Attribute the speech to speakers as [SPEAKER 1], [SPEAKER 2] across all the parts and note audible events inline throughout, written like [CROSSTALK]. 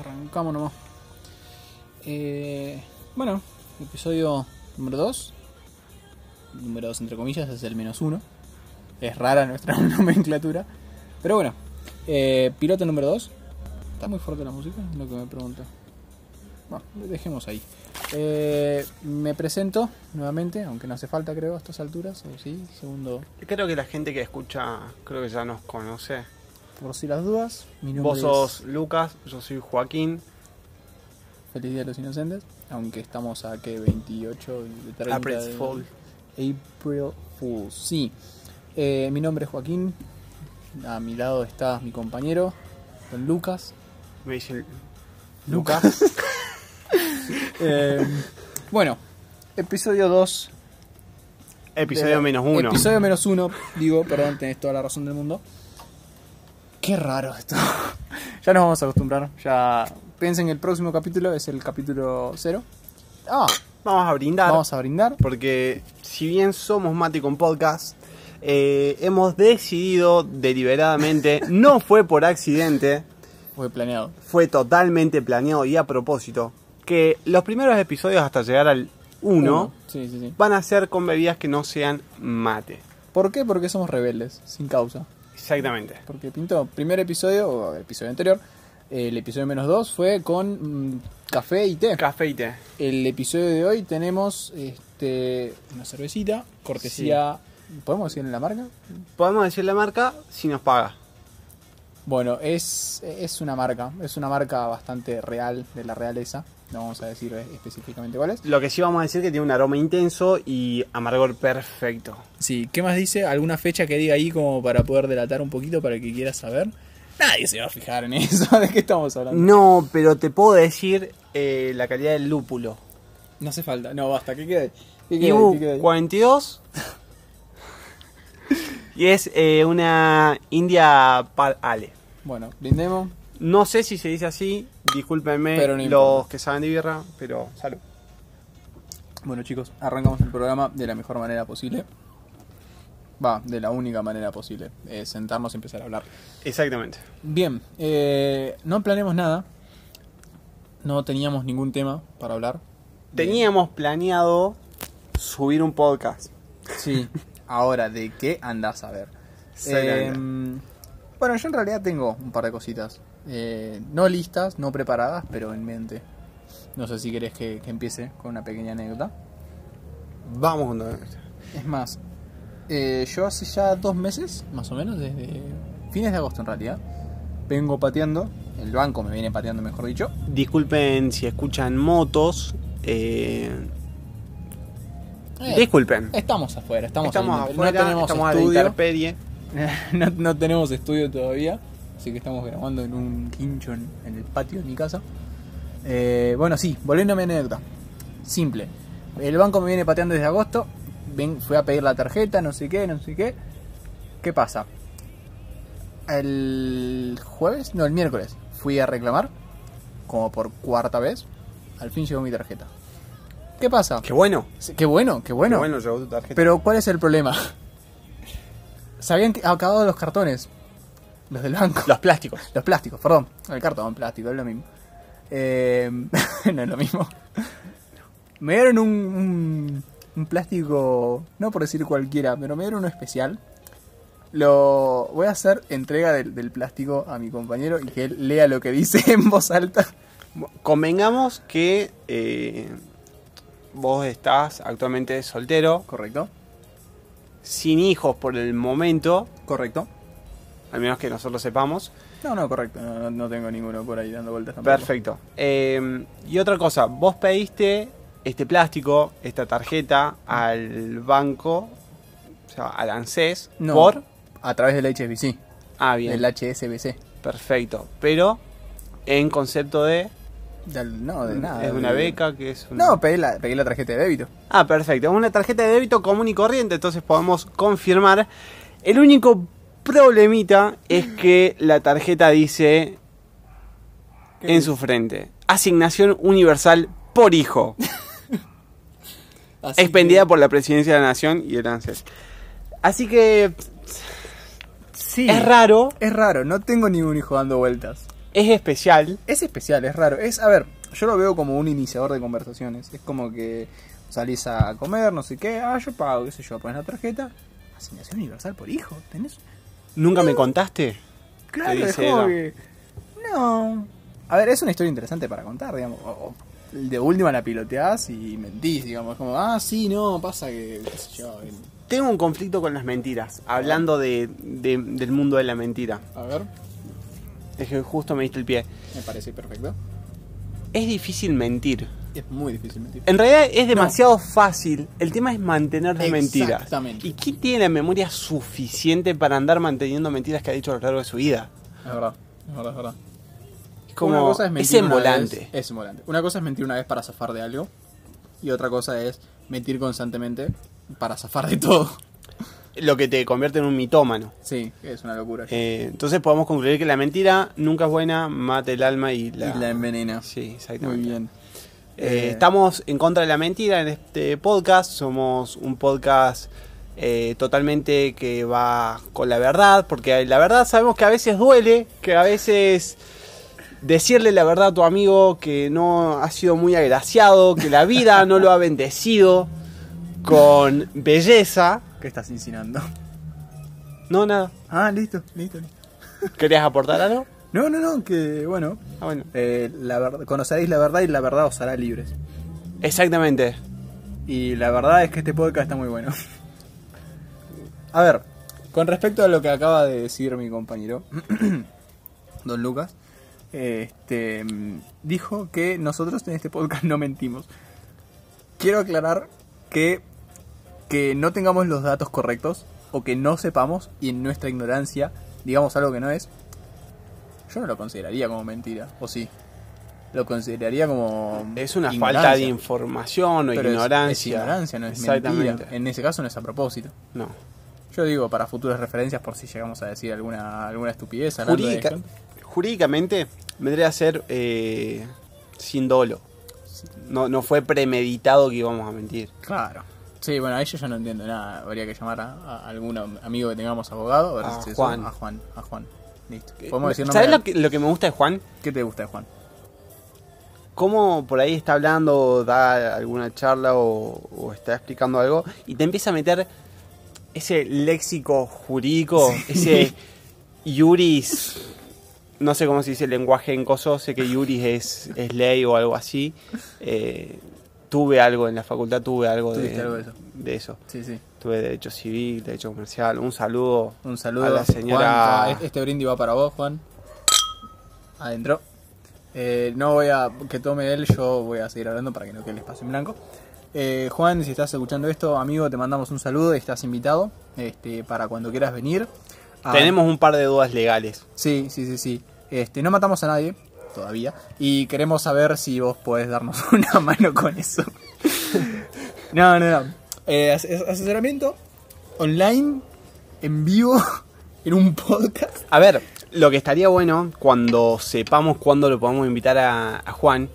[SPEAKER 1] arrancamos nomás. Eh, bueno, episodio número 2. Número 2 entre comillas, es el menos 1. Es rara nuestra [LAUGHS] nomenclatura. Pero bueno, eh, piloto número 2. ¿Está muy fuerte la música? Es Lo que me pregunta. Bueno, lo dejemos ahí. Eh, me presento nuevamente, aunque no hace falta creo a estas alturas, o sí, segundo
[SPEAKER 2] Creo que la gente que escucha, creo que ya nos conoce.
[SPEAKER 1] por si las dudas. Mi nombre
[SPEAKER 2] Vos sos
[SPEAKER 1] es
[SPEAKER 2] Lucas, yo soy Joaquín.
[SPEAKER 1] Feliz Día de los Inocentes, aunque estamos a que 28 y 30
[SPEAKER 2] April
[SPEAKER 1] de-
[SPEAKER 2] Fool.
[SPEAKER 1] April Fools, sí. Eh, mi nombre es Joaquín. A mi lado está mi compañero, don Lucas.
[SPEAKER 2] Me dicen Lucas.
[SPEAKER 1] [LAUGHS] Eh, bueno, episodio 2.
[SPEAKER 2] episodio menos uno.
[SPEAKER 1] Episodio menos uno, digo, perdón, tenés toda la razón del mundo. Qué raro esto. [LAUGHS] ya nos vamos a acostumbrar. Ya piensen que el próximo capítulo es el capítulo 0. Ah,
[SPEAKER 2] Vamos a brindar.
[SPEAKER 1] vamos a brindar.
[SPEAKER 2] Porque si bien somos Mati con Podcast, eh, hemos
[SPEAKER 1] [LAUGHS]
[SPEAKER 2] decidido deliberadamente, no fue por accidente,
[SPEAKER 1] Fue planeado.
[SPEAKER 2] fue totalmente planeado y a propósito, que los primeros episodios hasta llegar al 1
[SPEAKER 1] Sí, sí, sí.
[SPEAKER 2] van a ser con bebidas que no sean mate.
[SPEAKER 1] ¿Por qué? Porque somos rebeldes, sin causa.
[SPEAKER 2] Exactamente.
[SPEAKER 1] Porque pintó, primer episodio, o el episodio anterior, el episodio menos dos fue con mm, café y té.
[SPEAKER 2] Café y té.
[SPEAKER 1] El episodio de hoy tenemos este, una cervecita, cortesía, ¿podemos decir en la marca?
[SPEAKER 2] Podemos decir la marca si nos paga.
[SPEAKER 1] Bueno, es, es una marca, es una marca bastante real, de la realeza, no vamos a decir específicamente cuál es.
[SPEAKER 2] Lo que sí vamos a decir que tiene un aroma intenso y amargor perfecto.
[SPEAKER 1] Sí, ¿qué más dice? ¿Alguna fecha que diga ahí como para poder delatar un poquito para el que quiera saber? Nadie se va a fijar en [LAUGHS] eso, ¿de qué estamos hablando?
[SPEAKER 2] No, pero te puedo decir eh, la calidad del lúpulo.
[SPEAKER 1] No hace falta, no, basta, que quede. ¿Qué quede, ahí? ¿Qué quede
[SPEAKER 2] IBU
[SPEAKER 1] ahí?
[SPEAKER 2] 42. [LAUGHS] y es eh, una India Pale Ale.
[SPEAKER 1] Bueno, brindemos.
[SPEAKER 2] No sé si se dice así, discúlpenme
[SPEAKER 1] Pero no
[SPEAKER 2] los
[SPEAKER 1] importa.
[SPEAKER 2] que saben de birra, pero salud.
[SPEAKER 1] Bueno chicos, arrancamos el programa de la mejor manera posible. Va, de la única manera posible. eh, sentarnos y empezar a hablar.
[SPEAKER 2] Exactamente.
[SPEAKER 1] Bien, eh, no planeamos nada. No teníamos ningún tema para hablar.
[SPEAKER 2] Teníamos planeado subir un podcast.
[SPEAKER 1] Sí. Ahora, ¿de qué andás a ver?
[SPEAKER 2] Exactamente.
[SPEAKER 1] Eh, bueno, yo en realidad tengo un par de cositas. Eh, no listas, no preparadas, pero en mente. No sé si querés que, que empiece con una pequeña anécdota.
[SPEAKER 2] Vamos con todo
[SPEAKER 1] Es más, eh, yo hace ya dos meses, más o menos, desde fines de agosto en realidad, vengo pateando, el banco me viene pateando, mejor dicho.
[SPEAKER 2] Disculpen si escuchan motos. eh,
[SPEAKER 1] Eh,
[SPEAKER 2] disculpen.
[SPEAKER 1] Estamos afuera, estamos,
[SPEAKER 2] Estamos
[SPEAKER 1] ahí, no-
[SPEAKER 2] afuera,
[SPEAKER 1] no tenemos
[SPEAKER 2] estamos a la
[SPEAKER 1] estudio,
[SPEAKER 2] intemperie.
[SPEAKER 1] [LAUGHS] no, no tenemos estudio todavía, así que estamos grabando en un quincho en, en el patio de mi casa. Eh, bueno, sí, volviendo a mi anécdota, simple. El banco me viene pateando desde agosto, ven, fui a pedir la tarjeta, no sé qué, no sé qué. ¿Qué pasa? El jueves, no, el miércoles, fui a reclamar, como por cuarta vez. Al fin llegó mi tarjeta. ¿Qué pasa?
[SPEAKER 2] Qué bueno.
[SPEAKER 1] Sí, Qué bueno, qué bueno.
[SPEAKER 2] Qué bueno, llegó tu tarjeta.
[SPEAKER 1] Pero ¿cuál es el problema? Se habían que- acabado los cartones, los del banco.
[SPEAKER 2] Los plásticos.
[SPEAKER 1] Los plásticos, perdón. El cartón plástico, es lo mismo. Eh, [LAUGHS] no es lo mismo. Me dieron un, un, un plástico, no por decir cualquiera, pero me dieron uno especial. Lo voy a hacer entrega del, del plástico a mi compañero y que él lea lo que dice [LAUGHS] en voz alta.
[SPEAKER 2] Convengamos que eh, vos estás actualmente soltero,
[SPEAKER 1] Correcto,
[SPEAKER 2] sin hijos por el momento,
[SPEAKER 1] correcto.
[SPEAKER 2] al menos que nosotros sepamos.
[SPEAKER 1] No, no, correcto. No, no- no tengo ninguno por ahí dando vueltas tampoco.
[SPEAKER 2] Perfecto. Eh, y otra cosa, vos pediste este plástico, esta tarjeta al banco, o sea, al ANSES,
[SPEAKER 1] No,
[SPEAKER 2] por...
[SPEAKER 1] a través del HSBC,
[SPEAKER 2] Ah, bien.
[SPEAKER 1] del HSBC.
[SPEAKER 2] Perfecto. Pero en concepto de...
[SPEAKER 1] Del- no, de nada.
[SPEAKER 2] Mm, es una
[SPEAKER 1] de-
[SPEAKER 2] beca que es un...
[SPEAKER 1] No, pegué la, pegué la tarjeta de débito.
[SPEAKER 2] Ah, perfecto. Es una tarjeta de débito común y corriente, entonces podemos confirmar. El único problemita es que la tarjeta dice
[SPEAKER 1] ¿Qué
[SPEAKER 2] en su frente, asignación universal por hijo, expendida por la Presidencia de la Nación y el ANSES. Así que
[SPEAKER 1] Sí.
[SPEAKER 2] es raro,
[SPEAKER 1] Es raro, no tengo ningún hijo dando vueltas.
[SPEAKER 2] es especial.
[SPEAKER 1] Es especial, es raro. Es, a ver, yo lo veo como un iniciador de conversaciones. Es como que salís a comer, no sé qué, ah, yo pago, qué sé yo, pones la tarjeta. Asignación universal por hijo, ¿tenés?
[SPEAKER 2] ¿Nunca me contaste?
[SPEAKER 1] Claro, es
[SPEAKER 2] dice
[SPEAKER 1] como
[SPEAKER 2] Eva.
[SPEAKER 1] que. No. A ver, es una historia interesante para contar, digamos. O- o de última la piloteás y mentís, digamos. Como, ah, sí, no, pasa que. qué sé yo, el-
[SPEAKER 2] Tengo un conflicto con las mentiras, hablando de- de- del mundo de la mentira.
[SPEAKER 1] A ver,
[SPEAKER 2] Es que justo me diste el pie.
[SPEAKER 1] me parece perfecto.
[SPEAKER 2] Es difícil mentir.
[SPEAKER 1] Es muy difícil mentir.
[SPEAKER 2] En realidad es demasiado fácil. El tema es mantener las mentiras.
[SPEAKER 1] Exactamente.
[SPEAKER 2] ¿Y quién tiene la memoria suficiente para andar manteniendo mentiras que ha dicho a lo largo de su vida?
[SPEAKER 1] Es verdad, es verdad, es verdad.
[SPEAKER 2] Es como
[SPEAKER 1] una cosa es mentir.
[SPEAKER 2] es
[SPEAKER 1] una
[SPEAKER 2] envolante.
[SPEAKER 1] vez- es envolante. Una cosa es mentir una vez para zafar de algo. Y otra cosa es mentir constantemente para zafar de todo. [LAUGHS]
[SPEAKER 2] Lo que te convierte en un mitómano.
[SPEAKER 1] Sí, es una locura.
[SPEAKER 2] Eh, entonces podemos concluir que la mentira nunca es buena, mata el alma y la...
[SPEAKER 1] Y la envenena.
[SPEAKER 2] Sí, exactamente.
[SPEAKER 1] Muy bien.
[SPEAKER 2] Eh,
[SPEAKER 1] Eh,
[SPEAKER 2] estamos en contra de la mentira en este podcast. Somos un podcast eh, totalmente que va con la verdad, porque la verdad sabemos que a veces duele, que a veces decirle la verdad a tu amigo que no ha sido muy agraciado, que la vida no lo ha bendecido con belleza.
[SPEAKER 1] ¿Qué estás insinuando? [LAUGHS]
[SPEAKER 2] No, nada.
[SPEAKER 1] Ah, listo, listo, listo.
[SPEAKER 2] ¿Querías aportar algo?
[SPEAKER 1] No, no, no, que bueno.
[SPEAKER 2] Ah, bueno.
[SPEAKER 1] eh, la verdad- conoceréis la verdad y la verdad os hará libres.
[SPEAKER 2] Exactamente.
[SPEAKER 1] Y la verdad es que este podcast está muy bueno. A ver, con respecto a lo que acaba de decir mi compañero, [CLEARS THROAT] don Lucas, este, mm, dijo que nosotros en este podcast no mentimos. Quiero aclarar que, que no tengamos los datos correctos o que no sepamos y en nuestra ignorancia digamos algo que no es, yo no lo consideraría como mentira, o sí. Lo consideraría como...
[SPEAKER 2] Es una
[SPEAKER 1] Um,
[SPEAKER 2] falta de
[SPEAKER 1] ignorancia.
[SPEAKER 2] información o
[SPEAKER 1] Pero es-
[SPEAKER 2] ignorancia.
[SPEAKER 1] Es, ignorancia, no es
[SPEAKER 2] Exactamente.
[SPEAKER 1] mentira. En ese caso no es a propósito.
[SPEAKER 2] No.
[SPEAKER 1] Yo digo para futuras referencias por si llegamos a decir alguna alguna estupidez. hablando de
[SPEAKER 2] Jurídica-
[SPEAKER 1] esto.
[SPEAKER 2] jurídicamente vendría a ser eh, sin dolo. No, no fue premeditado que íbamos a mentir.
[SPEAKER 1] Claro. Sí, bueno, a ellos yo no entiendo nada. Habría que llamar a, a algún am- amigo que tengamos abogado. A, ver
[SPEAKER 2] A
[SPEAKER 1] si se
[SPEAKER 2] Juan.
[SPEAKER 1] suma. A Juan. A Juan. Listo. Podemos decir
[SPEAKER 2] ¿Sabes
[SPEAKER 1] nombre?
[SPEAKER 2] lo que, lo que me gusta de Juan?
[SPEAKER 1] ¿Qué te gusta de Juan?
[SPEAKER 2] Cómo por ahí está hablando, o da alguna charla o, o está explicando algo y te empieza a meter ese léxico jurídico, ese yuris. No sé cómo se dice el lenguaje en coso, sé que yuris es, es ley o algo así. Eh, tuve algo en la facultad, tuve algo, de,
[SPEAKER 1] Tuviste algo de eso.
[SPEAKER 2] de eso.
[SPEAKER 1] Sí, sí.
[SPEAKER 2] Tuve derecho civil, derecho comercial. Un saludo.
[SPEAKER 1] Un saludo
[SPEAKER 2] A la señora-
[SPEAKER 1] Juan, este brindis va para vos, Juan. Adentro. Eh, no voy a que tome él, yo voy a seguir hablando para que no quede el espacio en blanco. Eh, Juan, si estás escuchando esto, amigo, te mandamos un saludo y estás invitado este, para cuando quieras venir. Ah,
[SPEAKER 2] Tenemos un par de dudas legales.
[SPEAKER 1] Sí, sí, sí, sí. Este, no matamos a nadie todavía y queremos saber si vos podés darnos [LAUGHS] una mano con eso. [LAUGHS] No, no, no. Eh, as- as- asesoramiento online, en vivo, [LAUGHS] en un podcast.
[SPEAKER 2] A ver, lo que estaría bueno cuando sepamos cuándo lo podemos invitar a, a Juan,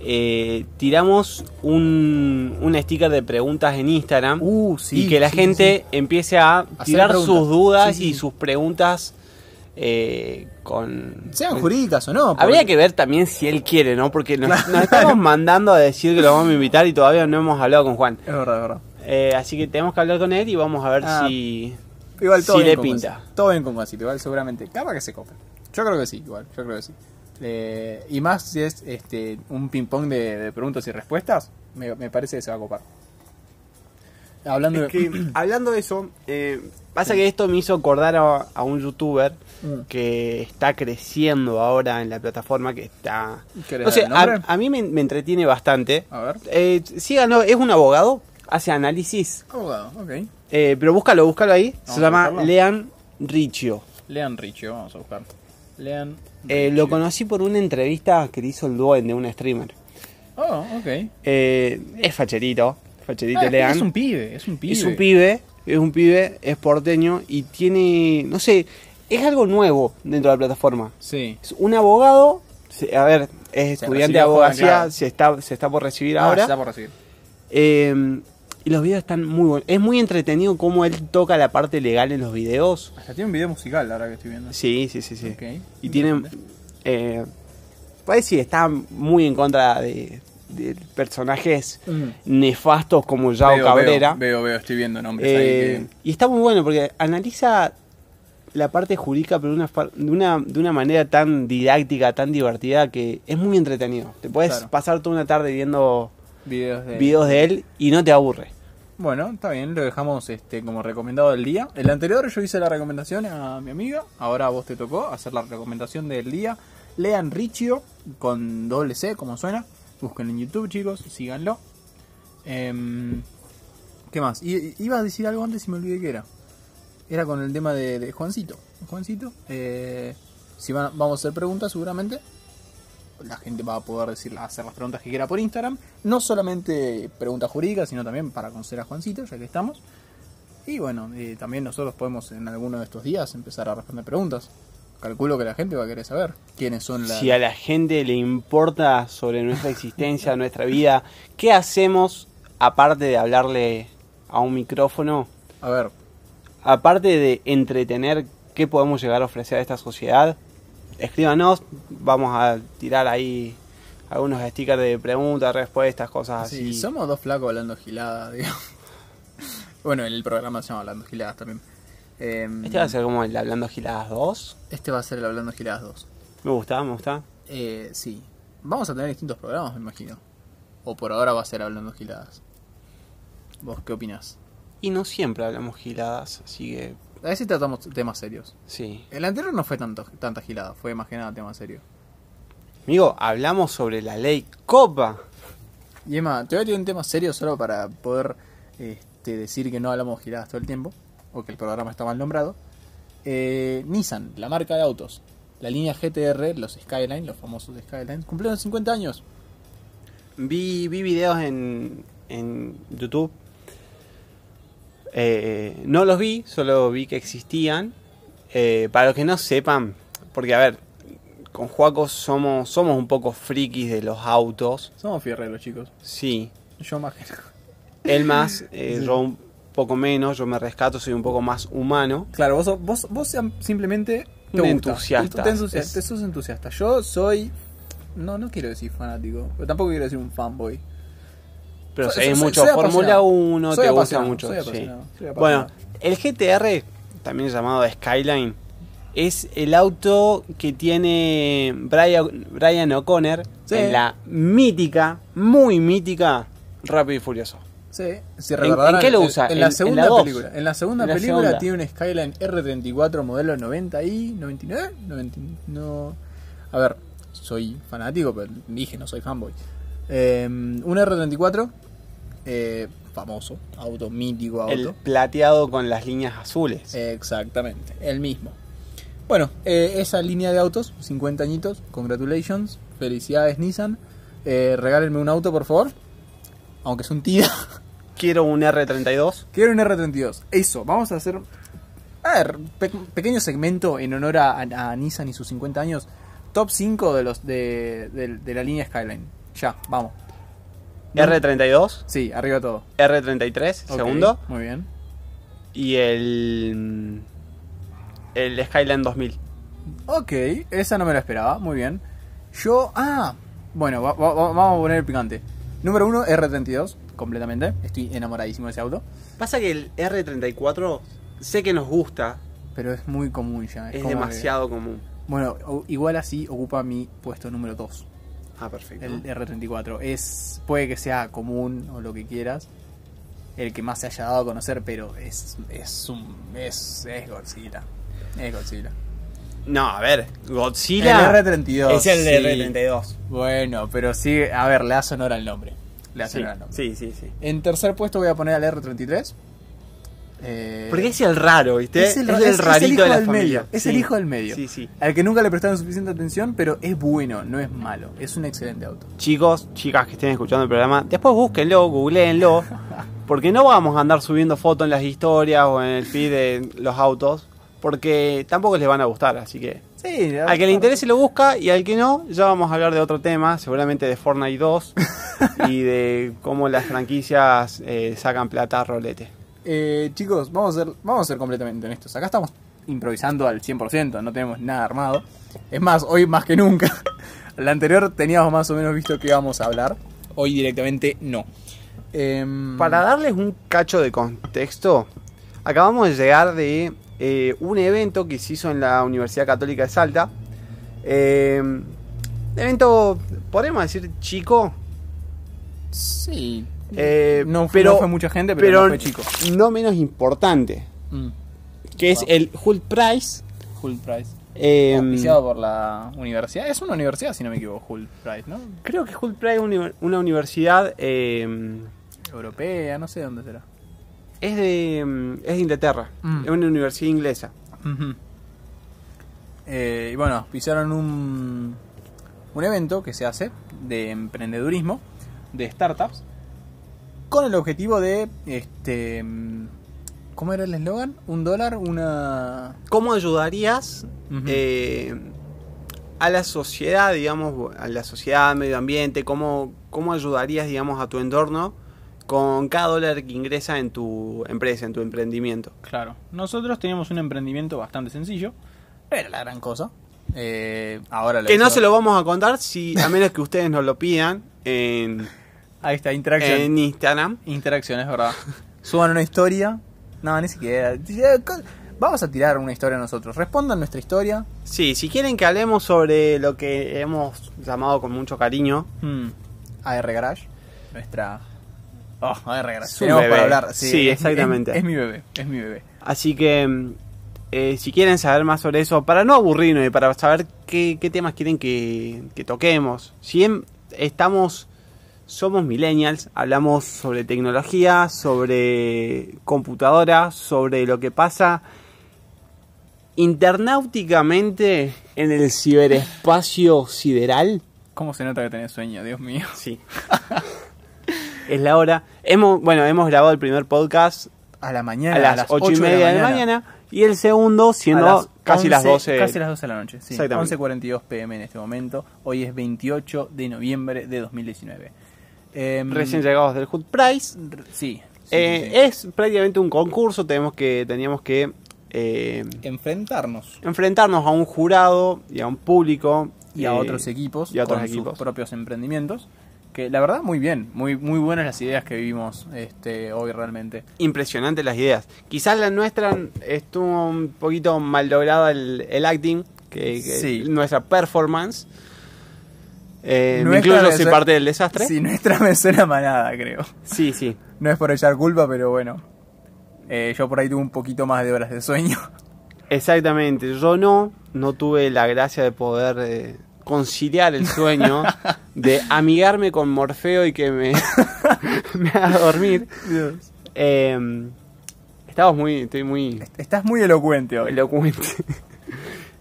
[SPEAKER 2] eh, tiramos un, un sticker de preguntas en Instagram
[SPEAKER 1] Uh, sí,
[SPEAKER 2] y que la
[SPEAKER 1] sí,
[SPEAKER 2] gente empiece a tirar
[SPEAKER 1] preguntas.
[SPEAKER 2] sus dudas
[SPEAKER 1] Sí, sí,
[SPEAKER 2] y
[SPEAKER 1] sí.
[SPEAKER 2] sus preguntas eh, con.
[SPEAKER 1] Sean
[SPEAKER 2] con-
[SPEAKER 1] jurídicas o no. porque-
[SPEAKER 2] Habría que ver también si él quiere, ¿no? Porque nos,
[SPEAKER 1] Claro.
[SPEAKER 2] nos
[SPEAKER 1] [LAUGHS]
[SPEAKER 2] estamos mandando a decir que lo vamos a invitar y todavía no hemos hablado con Juan.
[SPEAKER 1] Es verdad, es verdad.
[SPEAKER 2] Eh, así que tenemos que hablar con él y vamos a ver
[SPEAKER 1] Ah,
[SPEAKER 2] si.
[SPEAKER 1] Igual todo
[SPEAKER 2] si
[SPEAKER 1] bien
[SPEAKER 2] le
[SPEAKER 1] con
[SPEAKER 2] pinta.
[SPEAKER 1] Guasito, Todo bien con Guasito, igual seguramente. Capaz que se copa. Yo creo que sí, igual, yo creo que sí. Eh, y más si es este un ping pong de, de preguntas y respuestas, me, me parece que se va a copar. Hablando [CLEARS THROAT]
[SPEAKER 2] Es que, hablando de eso, eh, pasa que esto me hizo acordar a, a un youtuber
[SPEAKER 1] Mm.
[SPEAKER 2] que está creciendo ahora en la plataforma, que está...
[SPEAKER 1] ¿Querés
[SPEAKER 2] No sé,
[SPEAKER 1] dar el
[SPEAKER 2] a,
[SPEAKER 1] nombre?
[SPEAKER 2] a mí me, me entretiene bastante.
[SPEAKER 1] A ver.
[SPEAKER 2] Eh, síganlo, es un abogado, hace análisis,
[SPEAKER 1] Abogado, ok.
[SPEAKER 2] eh, pero búscalo, búscalo ahí.
[SPEAKER 1] Vamos
[SPEAKER 2] Se
[SPEAKER 1] a
[SPEAKER 2] llama
[SPEAKER 1] buscarlo.
[SPEAKER 2] Lean Riccio.
[SPEAKER 1] Lean Richie, vamos a buscar. Lean.
[SPEAKER 2] Eh,
[SPEAKER 1] Riccio.
[SPEAKER 2] lo conocí por una entrevista que le hizo el duende, un streamer.
[SPEAKER 1] Oh, ok.
[SPEAKER 2] Eh, es facherito, facherito
[SPEAKER 1] Ah, es,
[SPEAKER 2] Lean.
[SPEAKER 1] es un pibe, es un pibe.
[SPEAKER 2] Es un pibe, es un pibe, es porteño y tiene, no sé, es algo nuevo dentro de la plataforma.
[SPEAKER 1] Sí.
[SPEAKER 2] Es un abogado, se- a ver, es
[SPEAKER 1] Se
[SPEAKER 2] estudiante de
[SPEAKER 1] recibió joven,
[SPEAKER 2] abogacía,
[SPEAKER 1] claro.
[SPEAKER 2] se, está, se está por recibir
[SPEAKER 1] Ah,
[SPEAKER 2] ahora.
[SPEAKER 1] está por recibir.
[SPEAKER 2] Eh, y los videos están muy buenos. Es muy entretenido cómo él toca la parte legal en los videos.
[SPEAKER 1] Hasta tiene un video musical ahora que estoy viendo.
[SPEAKER 2] Sí, sí, sí, sí.
[SPEAKER 1] Ok.
[SPEAKER 2] Y tiene, Eh, parece que está muy en contra de, de personajes
[SPEAKER 1] Ujú.
[SPEAKER 2] nefastos como Yao
[SPEAKER 1] Mm. Veo,
[SPEAKER 2] Cabrera.
[SPEAKER 1] Veo, veo, veo, estoy viendo nombres
[SPEAKER 2] Eh,
[SPEAKER 1] ahí.
[SPEAKER 2] Y está muy bueno porque analiza la parte jurídica pero de una, far- de una, de una manera tan didáctica, tan divertida que es muy entretenido. Te puedes
[SPEAKER 1] Claro.
[SPEAKER 2] pasar toda una tarde viendo
[SPEAKER 1] que- videos de.
[SPEAKER 2] videos de él y no te aburre.
[SPEAKER 1] Bueno, está bien, lo dejamos este como recomendado del día. El anterior yo hice la recomendación a mi amiga, ahora a vos te tocó hacer la recomendación del día. Lean Richio con doble C, como suena. Busquen en YouTube, chicos, síganlo. Em, ¿Qué más? I- iba a decir algo antes y me olvidé que era. Era con el tema de, de Juancito. Juancito, eh, si van- vamos a hacer preguntas seguramente. La gente va a poder decir, hacer las preguntas que quiera por Instagram. No solamente preguntas jurídicas, sino también para conocer a Juancito, ya que estamos. Y bueno, eh, también nosotros podemos en alguno de estos días empezar a responder preguntas. Calculo que la gente va a querer saber quiénes son las...
[SPEAKER 2] Si a la gente le importa sobre nuestra existencia, [LAUGHS] nuestra vida, ¿qué hacemos aparte de hablarle a un micrófono?
[SPEAKER 1] A ver,
[SPEAKER 2] Aparte de entretener, ¿qué podemos llegar a ofrecer a esta sociedad? Escríbanos, vamos a tirar ahí algunos stickers de preguntas, respuestas, cosas
[SPEAKER 1] Sí,
[SPEAKER 2] así.
[SPEAKER 1] somos dos flacos hablando giladas, [LAUGHS] digamos. Bueno, el programa se llama Hablando Giladas también. Em,
[SPEAKER 2] Este va a ser como el Hablando Giladas 2.
[SPEAKER 1] este va a ser el Hablando Giladas 2.
[SPEAKER 2] Me gusta, me gusta.
[SPEAKER 1] Eh, sí. Vamos a tener distintos programas, me imagino. O por ahora va a ser Hablando Giladas. ¿Vos qué opinás?
[SPEAKER 2] Y no siempre hablamos giladas, así que
[SPEAKER 1] A veces tratamos temas serios.
[SPEAKER 2] sí.
[SPEAKER 1] El anterior no fue tanto, tanta gilada, fue más que nada tema serio.
[SPEAKER 2] Amigo, hablamos sobre la ley Copa.
[SPEAKER 1] Y Emma, te voy a tirar un tema serio solo para poder este, decir que no hablamos giladas todo el tiempo, o que el programa está mal nombrado. Eh, Nissan, la marca de autos, la línea GTR, los Skyline, los famosos Skyline, cumplieron 50 años.
[SPEAKER 2] Vi, vi videos en, en YouTube. Eh, no los vi, solo vi que existían. Eh, para los que no sepan, porque a ver, con Juaco somos, somos un poco frikis de los autos.
[SPEAKER 1] Somos fierreros, chicos.
[SPEAKER 2] Sí,
[SPEAKER 1] Yo más que nada.
[SPEAKER 2] él más, eh,
[SPEAKER 1] Sí.
[SPEAKER 2] yo un poco menos, yo me rescato, soy un poco más humano.
[SPEAKER 1] Claro, vos, sos- vos, vos am- simplemente te
[SPEAKER 2] Un
[SPEAKER 1] gusta.
[SPEAKER 2] entusiasta.
[SPEAKER 1] Te entusia-
[SPEAKER 2] Es-
[SPEAKER 1] te sos entusiasta. Yo soy. No, no quiero decir fanático, pero tampoco quiero decir un fanboy.
[SPEAKER 2] Pero
[SPEAKER 1] Soy-
[SPEAKER 2] seguís
[SPEAKER 1] soy-
[SPEAKER 2] mucho
[SPEAKER 1] soy
[SPEAKER 2] Fórmula
[SPEAKER 1] apasionado.
[SPEAKER 2] 1,
[SPEAKER 1] Soy
[SPEAKER 2] te gusta
[SPEAKER 1] apasionado,
[SPEAKER 2] mucho.
[SPEAKER 1] soy
[SPEAKER 2] sí.
[SPEAKER 1] apasionado, soy
[SPEAKER 2] Bueno,
[SPEAKER 1] apasionado.
[SPEAKER 2] el GTR, también llamado Skyline, es el auto que tiene Brian, Brian O'Connor
[SPEAKER 1] Sí.
[SPEAKER 2] en la mítica, muy mítica Rápido y Furioso.
[SPEAKER 1] Sí, si
[SPEAKER 2] ¿En-
[SPEAKER 1] recordarán,
[SPEAKER 2] en qué lo
[SPEAKER 1] en-
[SPEAKER 2] usa?
[SPEAKER 1] En,
[SPEAKER 2] ¿En-
[SPEAKER 1] la
[SPEAKER 2] en
[SPEAKER 1] segunda
[SPEAKER 2] la dos?
[SPEAKER 1] película. En la segunda
[SPEAKER 2] En la
[SPEAKER 1] película
[SPEAKER 2] segunda.
[SPEAKER 1] tiene un Skyline R34 modelo 90 y 99, 90, no. A ver, soy fanático, pero dije no soy fanboy. Eh, un R34 eh, famoso, auto mítico, auto.
[SPEAKER 2] El plateado con las líneas azules.
[SPEAKER 1] Exactamente, el mismo. Bueno, eh, esa línea de autos, 50 añitos, congratulations, felicidades Nissan. Eh, regálenme un auto, por favor. Aunque es un [LAUGHS] tira.
[SPEAKER 2] Quiero un R32.
[SPEAKER 1] Quiero un R32. Eso, vamos a hacer. A ver, pe- pequeño segmento en honor a, a- a Nissan y sus 50 años. Top 5 de los de, de- de la línea Skyline. Ya, vamos.
[SPEAKER 2] R32,
[SPEAKER 1] Sí, arriba todo.
[SPEAKER 2] R33,
[SPEAKER 1] Mm. Ok,
[SPEAKER 2] segundo.
[SPEAKER 1] Muy bien.
[SPEAKER 2] Y el. El Skyline 2000.
[SPEAKER 1] Ok, esa no me la esperaba. Muy bien. Yo. Ah, bueno, va- va- va- vamos a poner el picante. Número 1, R32, completamente. Estoy enamoradísimo de ese auto.
[SPEAKER 2] Pasa que el R34 sé que nos gusta,
[SPEAKER 1] Pero es muy común ya.
[SPEAKER 2] es
[SPEAKER 1] como que-
[SPEAKER 2] demasiado común.
[SPEAKER 1] Bueno, o- igual así ocupa mi puesto número 2.
[SPEAKER 2] Ah, perfecto.
[SPEAKER 1] El R34 es puede que sea común o lo que quieras, el que más se haya dado a conocer, pero es es un es es Godzilla. Es Godzilla.
[SPEAKER 2] No, a ver, Godzilla
[SPEAKER 1] el R32.
[SPEAKER 2] es el
[SPEAKER 1] sí.
[SPEAKER 2] R32. Sí.
[SPEAKER 1] Bueno, pero sí, a ver, le hace honor al nombre. Le hace honor al nombre.
[SPEAKER 2] sí, sí, sí.
[SPEAKER 1] En tercer puesto voy a poner al R33. Eh,
[SPEAKER 2] Porque es el raro, ¿viste?
[SPEAKER 1] es el, ra- es- es el hijo
[SPEAKER 2] rarito de la
[SPEAKER 1] del
[SPEAKER 2] familia.
[SPEAKER 1] medio, Es
[SPEAKER 2] Sí.
[SPEAKER 1] el hijo del medio.
[SPEAKER 2] Sí, sí.
[SPEAKER 1] Al que nunca le prestaron suficiente atención, pero es bueno, no es malo. Es un excelente auto.
[SPEAKER 2] Chicos, chicas que estén escuchando el programa, después búsquenlo,
[SPEAKER 1] [LAUGHS]
[SPEAKER 2] googleenlo, porque no vamos a andar subiendo fotos en las historias o en el feed de los autos, porque tampoco les van a gustar, así que...
[SPEAKER 1] Sí,
[SPEAKER 2] Al que le interese lo busca y al que no, ya vamos a hablar de otro tema, seguramente de Fortnite [LAUGHS] 2 y de cómo las franquicias eh, sacan plata a rolete.
[SPEAKER 1] Eh, chicos, vamos a, ser, vamos a ser completamente honestos. Acá estamos improvisando al 100%, no tenemos nada armado. Es más, hoy más que nunca. [LAUGHS] La anterior teníamos más o menos visto que íbamos a hablar. Hoy directamente no. Em,
[SPEAKER 2] Mm. Para darles un cacho de contexto, acabamos de llegar de eh, un evento que se hizo en la Universidad Católica de Salta. Eh, evento, podemos decir, chico.
[SPEAKER 1] Sí.
[SPEAKER 2] eh,
[SPEAKER 1] no, fue,
[SPEAKER 2] pero,
[SPEAKER 1] no fue mucha gente, pero, no fue chico.
[SPEAKER 2] no menos importante,
[SPEAKER 1] Mm.
[SPEAKER 2] que es
[SPEAKER 1] Wow.
[SPEAKER 2] el Hull Prize.
[SPEAKER 1] Hull Price.
[SPEAKER 2] eh,
[SPEAKER 1] Auspiciado por la universidad. Es una universidad, si no me equivoco, Hull Price, ¿no?
[SPEAKER 2] creo que Hull Prize es uni- una universidad. eh,
[SPEAKER 1] Europea, no sé dónde será.
[SPEAKER 2] es, de, mm, es de Inglaterra,
[SPEAKER 1] Mm.
[SPEAKER 2] es una universidad inglesa.
[SPEAKER 1] Ujú. Eh, y bueno, pisaron un, un evento que se hace de emprendedurismo, de startups, con el objetivo de, este, mm, ¿cómo era el eslogan? Un dólar, una...
[SPEAKER 2] ¿Cómo ayudarías
[SPEAKER 1] Ujú.
[SPEAKER 2] eh, a la sociedad, digamos, a la sociedad, al medio ambiente? ¿Cómo, ¿Cómo ayudarías, digamos, a tu entorno con cada dólar que ingresa en tu empresa, en tu emprendimiento?
[SPEAKER 1] Claro, nosotros teníamos un emprendimiento bastante sencillo, no era la gran cosa. Eh, ahora
[SPEAKER 2] Que no
[SPEAKER 1] hizo-
[SPEAKER 2] se lo vamos a contar si a menos que ustedes nos lo pidan en,
[SPEAKER 1] Ahí está, interacción.
[SPEAKER 2] en Instagram.
[SPEAKER 1] Interacción, es verdad. [LAUGHS] Suban una historia. No, ni siquiera. Eh, co- Vamos a tirar una historia nosotros. Respondan nuestra historia.
[SPEAKER 2] Sí, si quieren que hablemos sobre lo que hemos llamado con mucho cariño.
[SPEAKER 1] Hmm. AR Garage. Nuestra. Oh, AR Garage.
[SPEAKER 2] Su
[SPEAKER 1] Tenemos
[SPEAKER 2] bebé.
[SPEAKER 1] para hablar. Sí,
[SPEAKER 2] Sí,
[SPEAKER 1] es-
[SPEAKER 2] exactamente.
[SPEAKER 1] Es, es mi bebé. Es mi bebé.
[SPEAKER 2] Así que mm, eh, si quieren saber más sobre eso, para no aburrirnos y para saber qué, qué temas quieren que, que toquemos. Si em- estamos, somos millennials, hablamos sobre tecnología, sobre computadoras, sobre lo que pasa internauticamente en el ciberespacio sideral.
[SPEAKER 1] ¿Cómo se nota que tenés sueño? Dios mío.
[SPEAKER 2] Sí. [LAUGHS] es la hora. Hemos, bueno, hemos grabado el primer podcast
[SPEAKER 1] A la mañana.
[SPEAKER 2] a las ocho y media de la mañana. y el segundo siendo
[SPEAKER 1] a las
[SPEAKER 2] casi las
[SPEAKER 1] 11,
[SPEAKER 2] 12.
[SPEAKER 1] Casi las 12 de la noche, sí.
[SPEAKER 2] Exactamente.
[SPEAKER 1] 11.42 pm en este momento. Hoy es 28 de noviembre de 2019. Em,
[SPEAKER 2] Recién llegados del Hood Price.
[SPEAKER 1] r- Sí. sí,
[SPEAKER 2] Eh,
[SPEAKER 1] sí.
[SPEAKER 2] Es prácticamente un concurso, tenemos que, teníamos que eh,
[SPEAKER 1] Enfrentarnos.
[SPEAKER 2] enfrentarnos a un jurado y a un público.
[SPEAKER 1] y a
[SPEAKER 2] eh,
[SPEAKER 1] otros equipos
[SPEAKER 2] y a otros
[SPEAKER 1] con sus
[SPEAKER 2] equipos.
[SPEAKER 1] propios emprendimientos. Que la verdad, muy bien, muy, muy buenas las ideas que vivimos este, hoy realmente.
[SPEAKER 2] Impresionante las ideas. Quizás la nuestra estuvo un poquito mal lograda el, el acting, que, que
[SPEAKER 1] Sí.
[SPEAKER 2] nuestra performance. Eh, me
[SPEAKER 1] Nuestra
[SPEAKER 2] incluyo
[SPEAKER 1] de
[SPEAKER 2] soy
[SPEAKER 1] ser-
[SPEAKER 2] parte del desastre.
[SPEAKER 1] Si nuestra [LAUGHS] me suena manada, creo.
[SPEAKER 2] sí. sí.
[SPEAKER 1] No es por echar culpa, pero bueno. Eh, yo por ahí tuve un poquito más de horas de
[SPEAKER 2] [LAUGHS]
[SPEAKER 1] sueño.
[SPEAKER 2] Exactamente, yo no, no tuve la gracia de poder eh, conciliar
[SPEAKER 1] [LAUGHS]
[SPEAKER 2] el sueño, de amigarme con Morfeo y que me, [LAUGHS] me haga dormir. Eh, estamos muy, estoy muy
[SPEAKER 1] Estás muy elocuente hoy.
[SPEAKER 2] elocuente. [LAUGHS]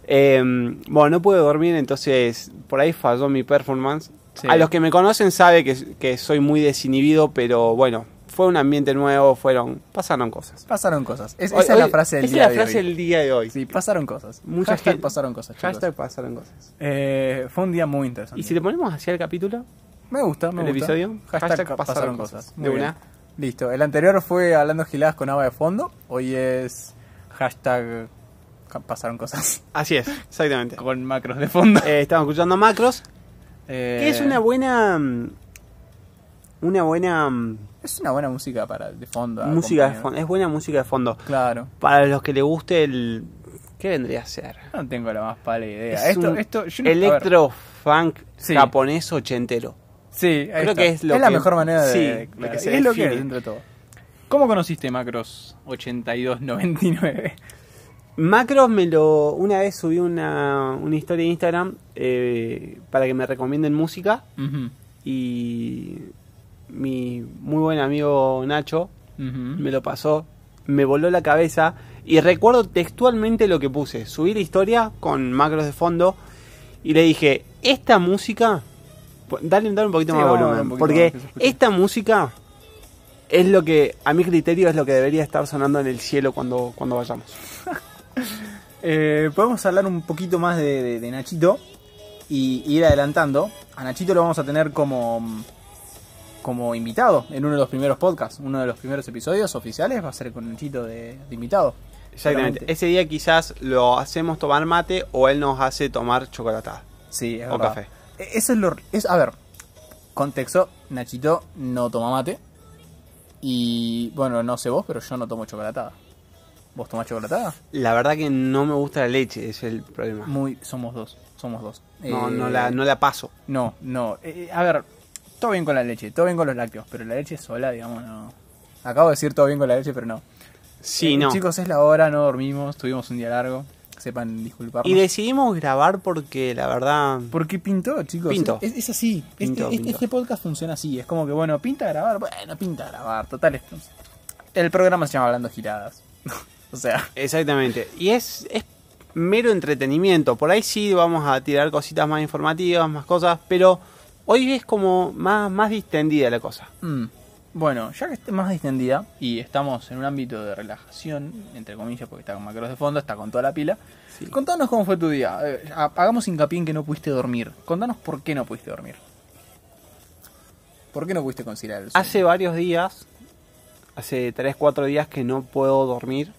[SPEAKER 2] Eh, bueno, no pude dormir, entonces por ahí falló mi performance.
[SPEAKER 1] Sí.
[SPEAKER 2] A los que me conocen sabe que, que soy muy desinhibido, pero bueno, fue un ambiente nuevo, fueron, pasaron cosas.
[SPEAKER 1] Pasaron cosas. Es-
[SPEAKER 2] Hoy-
[SPEAKER 1] esa
[SPEAKER 2] hoy-
[SPEAKER 1] es la frase del
[SPEAKER 2] esa
[SPEAKER 1] día
[SPEAKER 2] es la
[SPEAKER 1] de
[SPEAKER 2] frase
[SPEAKER 1] hoy.
[SPEAKER 2] del día de hoy.
[SPEAKER 1] Sí, pasaron cosas.
[SPEAKER 2] Mucha
[SPEAKER 1] Hashtag
[SPEAKER 2] gente-
[SPEAKER 1] pasaron cosas, chicos.
[SPEAKER 2] Hashtag pasaron cosas.
[SPEAKER 1] Eh, fue un día muy interesante.
[SPEAKER 2] ¿Y si le ponemos así al capítulo?
[SPEAKER 1] Me gusta, me
[SPEAKER 2] ¿El
[SPEAKER 1] gusta.
[SPEAKER 2] episodio?
[SPEAKER 1] Hashtag,
[SPEAKER 2] Hashtag
[SPEAKER 1] pasaron,
[SPEAKER 2] pasaron
[SPEAKER 1] cosas.
[SPEAKER 2] cosas.
[SPEAKER 1] Muy
[SPEAKER 2] De
[SPEAKER 1] bien.
[SPEAKER 2] una.
[SPEAKER 1] Listo. El anterior fue hablando giladas con agua de fondo. Hoy es hashtag ca- pasaron cosas
[SPEAKER 2] Así es,
[SPEAKER 1] [LAUGHS]
[SPEAKER 2] exactamente.
[SPEAKER 1] con macros de fondo.
[SPEAKER 2] Eh, estamos escuchando Macros,
[SPEAKER 1] [LAUGHS] Eh,
[SPEAKER 2] que es una buena. mm, Una buena mm,
[SPEAKER 1] es una buena música para de fondo. a
[SPEAKER 2] música de
[SPEAKER 1] acompañar.
[SPEAKER 2] fondo. Es buena música de fondo.
[SPEAKER 1] Claro.
[SPEAKER 2] Para los que le guste el. ¿Qué vendría a ser?
[SPEAKER 1] No tengo la más pálida idea.
[SPEAKER 2] Es
[SPEAKER 1] Eh, esto,
[SPEAKER 2] un
[SPEAKER 1] esto, yo no- a ver.
[SPEAKER 2] electro funk
[SPEAKER 1] Sí.
[SPEAKER 2] japonés ochentero.
[SPEAKER 1] Sí, ahí
[SPEAKER 2] creo
[SPEAKER 1] está.
[SPEAKER 2] que es lo
[SPEAKER 1] la
[SPEAKER 2] que-
[SPEAKER 1] mejor manera de.
[SPEAKER 2] sí,
[SPEAKER 1] de-
[SPEAKER 2] lo que
[SPEAKER 1] es
[SPEAKER 2] se
[SPEAKER 1] lo que
[SPEAKER 2] define.
[SPEAKER 1] es, entre todo. ¿Cómo conociste Macros 8299?
[SPEAKER 2] Macros me lo. Una vez subí una, una historia de Instagram eh, para que me recomienden música.
[SPEAKER 1] Ujú,
[SPEAKER 2] y mi muy buen amigo Nacho
[SPEAKER 1] ujú.
[SPEAKER 2] me lo pasó, me voló la cabeza y recuerdo textualmente lo que puse. Subí la historia con macros de fondo y le dije, esta música, pu- dale, dale un poquito
[SPEAKER 1] Sí,
[SPEAKER 2] más de
[SPEAKER 1] vamos a darle
[SPEAKER 2] volumen,
[SPEAKER 1] un poquito
[SPEAKER 2] porque
[SPEAKER 1] más, que se escuche.
[SPEAKER 2] esta música es lo que, a mi criterio, es lo que debería estar sonando en el cielo cuando, cuando vayamos.
[SPEAKER 1] Eh, podemos hablar un poquito más de, de- de Nachito y ir adelantando. A Nachito lo vamos a tener como, como invitado en uno de los primeros podcasts, uno de los primeros episodios oficiales va a ser con Nachito de, de invitado.
[SPEAKER 2] Exactamente.
[SPEAKER 1] Solamente.
[SPEAKER 2] Ese día quizás lo hacemos tomar mate o él nos hace tomar chocolatada.
[SPEAKER 1] Sí, es
[SPEAKER 2] O
[SPEAKER 1] verdad.
[SPEAKER 2] café.
[SPEAKER 1] E- Eso es lo. Es, a ver, contexto: Nachito no toma mate. Y bueno, no sé vos, pero yo no tomo chocolatada. ¿Vos tomás chocolatada?
[SPEAKER 2] La verdad que no me gusta la leche, es el problema.
[SPEAKER 1] Muy. Somos dos. Somos dos.
[SPEAKER 2] No,
[SPEAKER 1] Eh,
[SPEAKER 2] no, la, no la paso.
[SPEAKER 1] No, no. Eh, eh, a ver, todo bien con la leche, todo bien con los lácteos, pero la leche sola, digamos, no. Acabo de decir todo bien con la leche, pero no.
[SPEAKER 2] Sí,
[SPEAKER 1] Eh,
[SPEAKER 2] no.
[SPEAKER 1] Chicos, es la hora, no dormimos, tuvimos un día largo. Sepan disculparnos.
[SPEAKER 2] Y decidimos grabar porque la verdad...
[SPEAKER 1] Porque pintó, chicos.
[SPEAKER 2] Pintó.
[SPEAKER 1] Es, es así. Este-
[SPEAKER 2] Pintó,
[SPEAKER 1] este,
[SPEAKER 2] pintó.
[SPEAKER 1] este podcast funciona así. Es como que, bueno, pinta grabar. Bueno, pinta grabar. Total. es- El programa se llama Hablando Giradas. [LAUGHS] o sea,
[SPEAKER 2] Exactamente. Y es, es mero entretenimiento. Por ahí sí vamos a tirar cositas más informativas, más cosas, pero hoy es como más, más distendida la cosa.
[SPEAKER 1] mm, bueno, ya que esté más distendida y estamos en un ámbito de relajación, entre comillas, porque está con macros de fondo, está con toda la pila. Contanos cómo fue tu día. Eh, ha- hagamos hincapié en que no pudiste dormir. Contanos por qué no pudiste dormir. ¿Por qué no pudiste conciliar el sueño?
[SPEAKER 2] Hace varios días, hace 3, 4 días que no puedo dormir.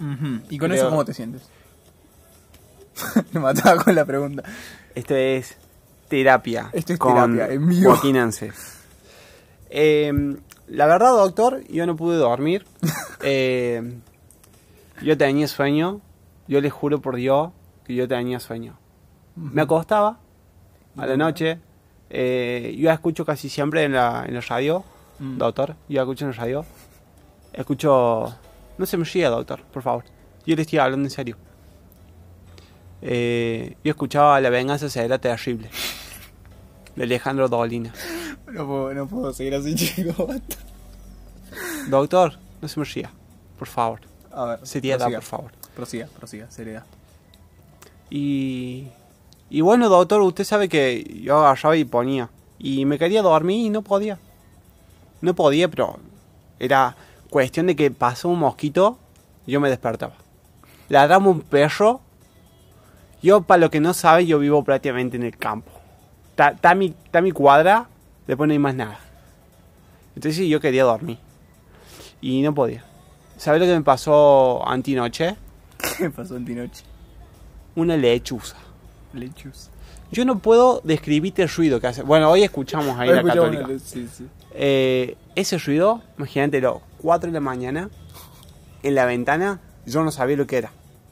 [SPEAKER 1] Ujú. ¿Y con
[SPEAKER 2] Creo-
[SPEAKER 1] eso cómo te sientes? [LAUGHS] Me mataba con la pregunta.
[SPEAKER 2] Esto es terapia.
[SPEAKER 1] Esto es
[SPEAKER 2] con
[SPEAKER 1] terapia, en vivo.
[SPEAKER 2] Joaquín Anses. Eh, la verdad, doctor, yo no pude
[SPEAKER 1] [LAUGHS]
[SPEAKER 2] dormir. Eh, yo tenía sueño. Yo le juro por Dios que yo tenía sueño. Me acostaba a la noche. eh, yo escucho casi siempre en la, en la radio,
[SPEAKER 1] Mm.
[SPEAKER 2] doctor. Yo escucho en la radio. Escucho. No se me llega, doctor, por favor. Yo le estoy hablando en serio. Eh, yo escuchaba La venganza será terrible. De Alejandro Dolina.
[SPEAKER 1] No puedo, no puedo seguir así, [LAUGHS] chicos. basta.
[SPEAKER 2] Doctor, no se me ría. Por favor.
[SPEAKER 1] A ver,
[SPEAKER 2] Seriedad,
[SPEAKER 1] prosiga,
[SPEAKER 2] por favor.
[SPEAKER 1] Prosiga, prosiga, seriedad.
[SPEAKER 2] Y. Y bueno, doctor, usted sabe que yo agarraba y ponía. Y me quería dormir y no podía. No podía, pero. Era cuestión de que pasó un mosquito y yo me despertaba. Ladraba un perro. Yo, para lo que no sabe, yo vivo prácticamente en el campo. Está está mi, está mi cuadra, después no hay más nada. Entonces sí, yo quería dormir. Y no podía. ¿Sabes lo que me pasó antinoche?
[SPEAKER 1] [LAUGHS] ¿Qué pasó en Tinoche?
[SPEAKER 2] Una lechuza.
[SPEAKER 1] Lechus.
[SPEAKER 2] Yo no puedo describirte el ruido que hace. Bueno, hoy escuchamos ahí en la
[SPEAKER 1] Escuchaba una
[SPEAKER 2] católica.
[SPEAKER 1] le- Sí, sí.
[SPEAKER 2] Eh, ese ruido, imagínatelo, 4 de la mañana, en la ventana, yo no sabía lo que era.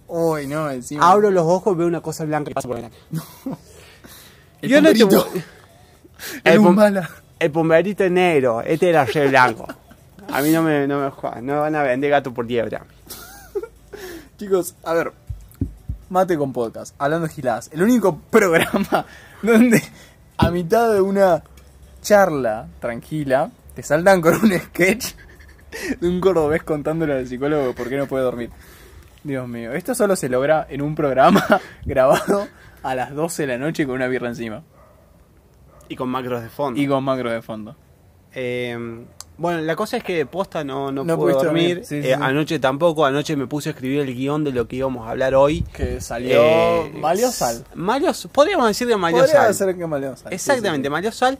[SPEAKER 1] Uy, no, encima.
[SPEAKER 2] Abro los ojos, veo una cosa blanca que pasa por la ventana.
[SPEAKER 1] El
[SPEAKER 2] Yo no te-
[SPEAKER 1] pomberito.
[SPEAKER 2] El
[SPEAKER 1] El
[SPEAKER 2] pom-
[SPEAKER 1] mala.
[SPEAKER 2] El pomberito es negro, este era re blanco. A mí no me, no me jodan, no van a vender gato por liebre.
[SPEAKER 1] Chicos, a ver. Mate con podcast, hablando giladas. El único [LAUGHS] programa donde a mitad de una charla tranquila te saltan con un sketch de un cordobés contándole al psicólogo por qué no puede dormir. Dios mío, esto solo se logra en un programa [LAUGHS] grabado a las 12 de la noche con una birra encima
[SPEAKER 2] Y con macros de fondo.
[SPEAKER 1] y con macro de fondo.
[SPEAKER 2] Eh, bueno, la cosa es que posta no, no,
[SPEAKER 1] No
[SPEAKER 2] pude
[SPEAKER 1] pudiste
[SPEAKER 2] dormir.
[SPEAKER 1] dormir, sí,
[SPEAKER 2] Eh,
[SPEAKER 1] sí, sí.
[SPEAKER 2] Anoche tampoco, anoche me puse a escribir el guión de lo que íbamos a hablar hoy.
[SPEAKER 1] Que salió
[SPEAKER 2] Eh,
[SPEAKER 1] Maliosal.
[SPEAKER 2] Malios- podríamos decir de
[SPEAKER 1] Podría
[SPEAKER 2] Maliosal.
[SPEAKER 1] ser que Maliosal. sí,
[SPEAKER 2] Exactamente,
[SPEAKER 1] sí, sí.
[SPEAKER 2] Maliosal,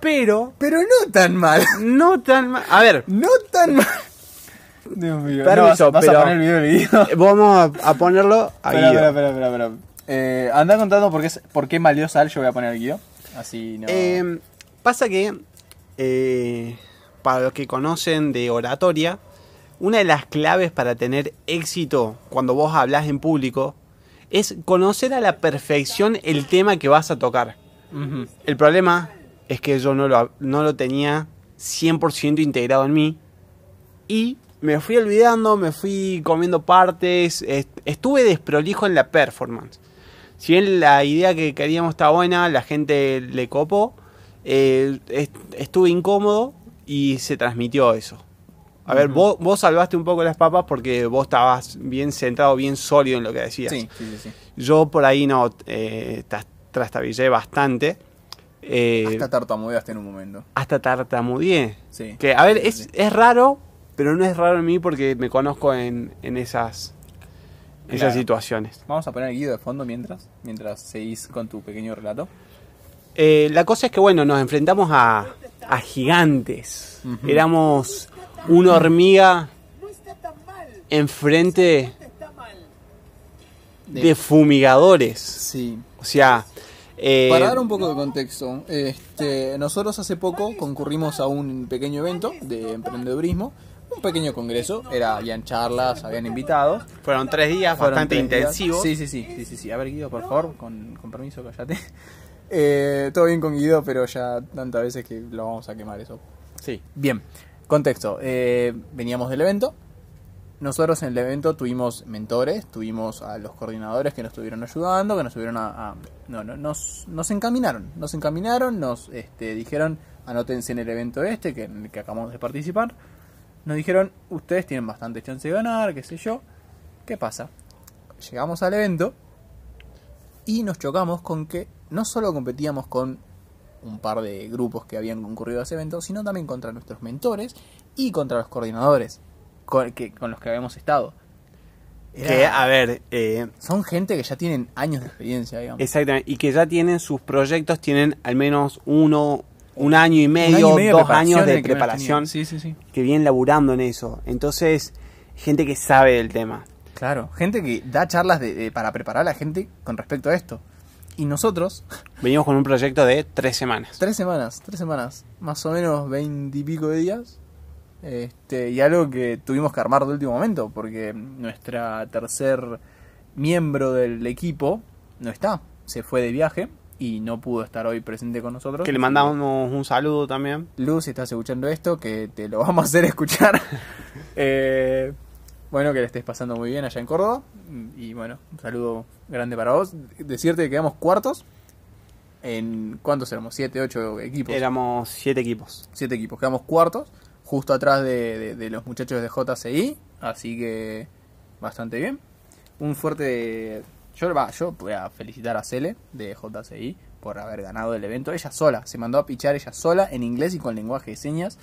[SPEAKER 2] pero
[SPEAKER 1] Pero no tan mal. [LAUGHS]
[SPEAKER 2] no tan mal. A ver,
[SPEAKER 1] No tan mal. Dios mío.
[SPEAKER 2] Permiso,
[SPEAKER 1] no, vas, vas
[SPEAKER 2] pero-
[SPEAKER 1] a poner el video leído.
[SPEAKER 2] vamos a, a ponerlo ahí.
[SPEAKER 1] Espera, espera, espera, espera, espera. Eh, anda contando por qué, es- por qué malió Sal, yo voy a poner el guío. Así no.
[SPEAKER 2] Eh, pasa que, eh, para los que conocen de oratoria, una de las claves para tener éxito cuando vos hablas en público es conocer a la perfección el tema que vas a tocar.
[SPEAKER 1] Ujú.
[SPEAKER 2] El problema es que yo no lo, no lo tenía 100% integrado en mí. Y me fui olvidando, me fui comiendo partes, est- estuve desprolijo en la performance. Si bien la idea que queríamos está buena, la gente le copó, eh, est- estuve incómodo y se transmitió eso. A ver, vos, vos salvaste un poco las papas porque vos estabas bien centrado, bien sólido en lo que decías.
[SPEAKER 1] Sí, sí, sí. sí.
[SPEAKER 2] Yo por ahí no eh, tas- trastabillé bastante. eh,
[SPEAKER 1] Hasta
[SPEAKER 2] hasta,
[SPEAKER 1] tartamudeaste en un momento.
[SPEAKER 2] tartamudeé.
[SPEAKER 1] Sí.
[SPEAKER 2] Que, a ver,
[SPEAKER 1] Sí,
[SPEAKER 2] es,
[SPEAKER 1] sí.
[SPEAKER 2] es raro, pero no es raro en mí porque me conozco en, en esas, esas
[SPEAKER 1] Claro.
[SPEAKER 2] situaciones.
[SPEAKER 1] Vamos a poner el guío de fondo mientras, mientras seguís con tu pequeño relato.
[SPEAKER 2] Eh, la cosa es que, bueno, nos enfrentamos a, a gigantes. Éramos una hormiga enfrente
[SPEAKER 1] De-
[SPEAKER 2] de fumigadores.
[SPEAKER 1] Sí.
[SPEAKER 2] O sea, eh,
[SPEAKER 1] Para dar un poco de contexto, este, nosotros hace poco concurrimos a un pequeño evento de emprendedurismo, un pequeño congreso, era, habían charlas, habían invitados.
[SPEAKER 2] fueron tres días
[SPEAKER 1] Fueron
[SPEAKER 2] bastante
[SPEAKER 1] tres días.
[SPEAKER 2] intensivos.
[SPEAKER 1] Sí, sí, sí, sí, sí, sí. A ver, Guido, por favor, con, con permiso, cállate. Eh, todo bien con Guido, pero ya tantas veces que lo vamos a quemar eso.
[SPEAKER 2] Sí.
[SPEAKER 1] Bien, contexto. eh, veníamos del evento. Nosotros en el evento tuvimos mentores, tuvimos a los coordinadores que nos estuvieron ayudando, que nos estuvieron a... a- no, no, nos, nos encaminaron, nos encaminaron, nos este, dijeron, anótense en el evento este, que, en el que acabamos de participar. Nos dijeron, ustedes tienen bastante chance de ganar, qué sé yo. ¿Qué pasa? Llegamos al evento y nos chocamos con que no solo competíamos con un par de grupos que habían concurrido a ese evento, sino también contra nuestros mentores y contra los coordinadores con, que- con los que habíamos estado. Era-
[SPEAKER 2] Que, a ver, eh,
[SPEAKER 1] son gente que ya tienen años de experiencia, digamos.
[SPEAKER 2] exactamente. Y que ya tienen sus proyectos, tienen al menos uno, un año y
[SPEAKER 1] Un
[SPEAKER 2] medio,
[SPEAKER 1] año y medio
[SPEAKER 2] dos años
[SPEAKER 1] en
[SPEAKER 2] de
[SPEAKER 1] el que menos
[SPEAKER 2] preparación.
[SPEAKER 1] tenían. Sí, sí, sí.
[SPEAKER 2] que vienen laburando en eso. Entonces, gente que sabe del tema.
[SPEAKER 1] Claro, gente que da charlas de- de- para preparar a la gente con respecto a esto. Y nosotros,
[SPEAKER 2] Venimos con un proyecto de tres semanas.
[SPEAKER 1] Tres semanas, tres semanas. Más o menos veintipico de días. Este, y algo que tuvimos que armar de último momento, porque nuestra tercer miembro del equipo no está. Se fue de viaje y no pudo estar hoy presente con nosotros.
[SPEAKER 2] Que le mandamos un saludo también.
[SPEAKER 1] Luz, si estás escuchando esto, que te lo vamos a hacer
[SPEAKER 2] [LAUGHS]
[SPEAKER 1] escuchar. Eh, bueno, que le estés pasando muy bien allá en Córdoba. Y bueno, un saludo grande para vos. Decirte que quedamos cuartos. ¿En cuántos éramos? ¿Siete, ocho equipos?
[SPEAKER 2] Éramos siete equipos.
[SPEAKER 1] siete equipos. Quedamos cuartos, justo atrás de, de- de los muchachos de JCI, así que bastante bien. Un fuerte... Yo, va, yo voy a felicitar a Cele de JCI por haber ganado el evento. Ella sola, se mandó a pichar ella sola en inglés y con lenguaje de señas.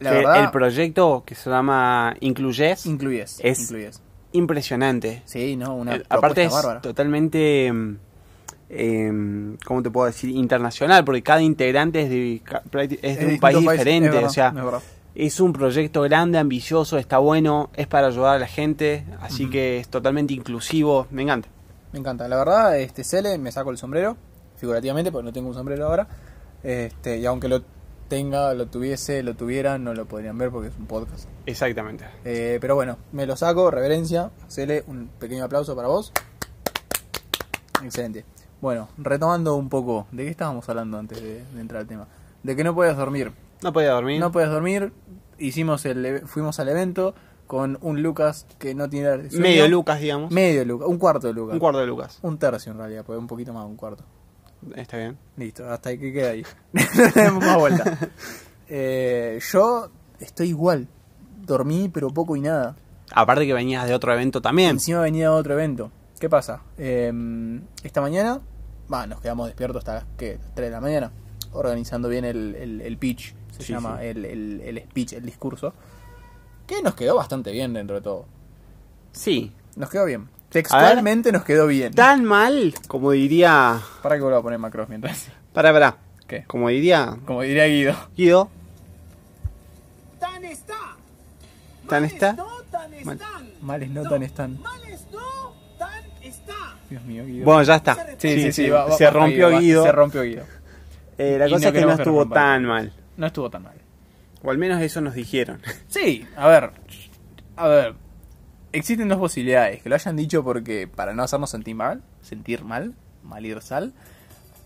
[SPEAKER 1] La
[SPEAKER 2] Que
[SPEAKER 1] verdad,
[SPEAKER 2] el proyecto que se llama Incluyes,
[SPEAKER 1] incluyes,
[SPEAKER 2] es-
[SPEAKER 1] incluyes.
[SPEAKER 2] impresionante.
[SPEAKER 1] Sí, no, una
[SPEAKER 2] Eh, aparte
[SPEAKER 1] propuesta
[SPEAKER 2] es
[SPEAKER 1] bárbara.
[SPEAKER 2] totalmente, mm, em, ¿cómo te puedo decir? Internacional, porque cada integrante es de, ca- prácti- es de un
[SPEAKER 1] distintos
[SPEAKER 2] país
[SPEAKER 1] países,
[SPEAKER 2] diferente.
[SPEAKER 1] es verdad,
[SPEAKER 2] o sea,
[SPEAKER 1] es verdad.
[SPEAKER 2] Es un proyecto grande, ambicioso, está bueno, es para ayudar a la gente, así
[SPEAKER 1] Ujú.
[SPEAKER 2] que es totalmente inclusivo, me encanta.
[SPEAKER 1] Me encanta, la verdad, este Cele, me saco el sombrero, figurativamente, porque no tengo un sombrero ahora. Este, y aunque lo tenga, lo tuviese, lo tuviera, no lo podrían ver porque es un podcast.
[SPEAKER 2] Exactamente.
[SPEAKER 1] Eh, pero bueno, me lo saco, reverencia. Cele, un pequeño aplauso para vos. Excelente. Bueno, retomando un poco, ¿de qué estábamos hablando antes de, de entrar al tema? De que no podías dormir.
[SPEAKER 2] No podía dormir.
[SPEAKER 1] No podías dormir, hicimos el, eve- fuimos al evento con un Lucas que no tiene... sueño.
[SPEAKER 2] Medio Lucas, digamos.
[SPEAKER 1] Medio Lucas, un cuarto de Lucas.
[SPEAKER 2] Un cuarto de Lucas.
[SPEAKER 1] Un tercio en realidad, porque un poquito más, un cuarto.
[SPEAKER 2] Está bien.
[SPEAKER 1] Listo, hasta ahí que queda ahí. [LAUGHS] No tenemos más
[SPEAKER 2] [LAUGHS]
[SPEAKER 1] vuelta. Eh, yo estoy igual. Dormí, pero poco y nada.
[SPEAKER 2] Aparte que venías de otro evento también.
[SPEAKER 1] Encima venía otro evento. ¿Qué pasa? Eh, esta mañana, va, nos quedamos despiertos hasta las ¿qué? 3 de la mañana, organizando bien el, el, el pitch, se
[SPEAKER 2] Sí,
[SPEAKER 1] llama
[SPEAKER 2] sí.
[SPEAKER 1] El, el- el speech, el discurso. Que nos quedó bastante bien dentro de todo.
[SPEAKER 2] Sí.
[SPEAKER 1] Nos quedó bien. Textualmente nos quedó bien.
[SPEAKER 2] Tan mal, como diría...
[SPEAKER 1] Para que vuelva a poner macros mientras.
[SPEAKER 2] Pará, pará.
[SPEAKER 1] ¿Qué?
[SPEAKER 2] Como diría
[SPEAKER 1] Como diría Guido.
[SPEAKER 2] Guido,
[SPEAKER 3] Tan está.
[SPEAKER 2] ¿tan está?
[SPEAKER 3] No tan están.
[SPEAKER 1] Males no tan están.
[SPEAKER 3] Males no tan está.
[SPEAKER 1] Dios mío, Guido.
[SPEAKER 2] Bueno, ya está.
[SPEAKER 3] Sí,
[SPEAKER 1] Sí, sí, sí. va- va-
[SPEAKER 2] se
[SPEAKER 1] basta,
[SPEAKER 2] rompió
[SPEAKER 1] va-
[SPEAKER 2] Guido.
[SPEAKER 1] Se rompió Guido.
[SPEAKER 2] Eh, la
[SPEAKER 1] Y
[SPEAKER 2] cosa
[SPEAKER 1] no
[SPEAKER 2] es que no
[SPEAKER 1] queremos que
[SPEAKER 2] estuvo
[SPEAKER 1] rompa.
[SPEAKER 2] tan mal.
[SPEAKER 1] No estuvo tan mal.
[SPEAKER 2] O al menos eso nos dijeron.
[SPEAKER 1] Sí, a ver. A ver. Existen dos posibilidades. Que lo hayan dicho porque para no hacernos sentir mal. Sentir mal. Malir sal.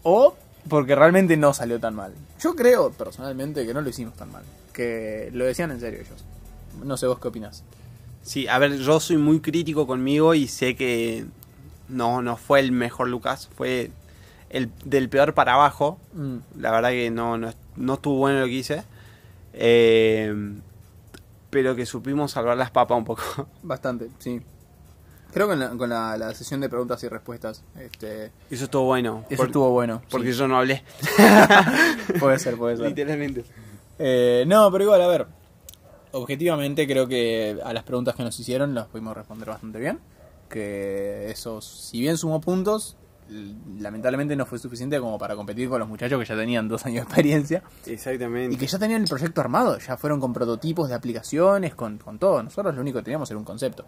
[SPEAKER 1] O porque realmente no salió tan mal. Yo creo, personalmente, que no lo hicimos tan mal. Que lo decían en serio ellos. No sé vos qué opinás.
[SPEAKER 2] Sí, a ver, yo soy muy crítico conmigo y sé que no, no fue el mejor Lucas, fue el del peor para abajo.
[SPEAKER 1] Mm.
[SPEAKER 2] La verdad que no, no, no estuvo bueno lo que hice. Eh, pero que supimos salvar las papas un poco. [LAUGHS]
[SPEAKER 1] Bastante, sí. Creo que en la- con la, la sesión de preguntas y respuestas. Este, eso
[SPEAKER 2] Eso estuvo bueno. por-
[SPEAKER 1] estuvo bueno.
[SPEAKER 2] Porque
[SPEAKER 1] sí.
[SPEAKER 2] yo no hablé.
[SPEAKER 1] [LAUGHS] puede ser, puede ser.
[SPEAKER 2] Literalmente.
[SPEAKER 1] Eh, no, pero igual, a ver. Objetivamente creo que a las preguntas que nos hicieron las pudimos responder bastante bien. Que eso, si bien sumó puntos, l- lamentablemente no fue suficiente como para competir con los muchachos que ya tenían dos años de experiencia. Y
[SPEAKER 2] Exactamente.
[SPEAKER 1] que ya tenían el proyecto armado, ya fueron con prototipos de aplicaciones, con, con todo. Nosotros lo único que teníamos era un concepto.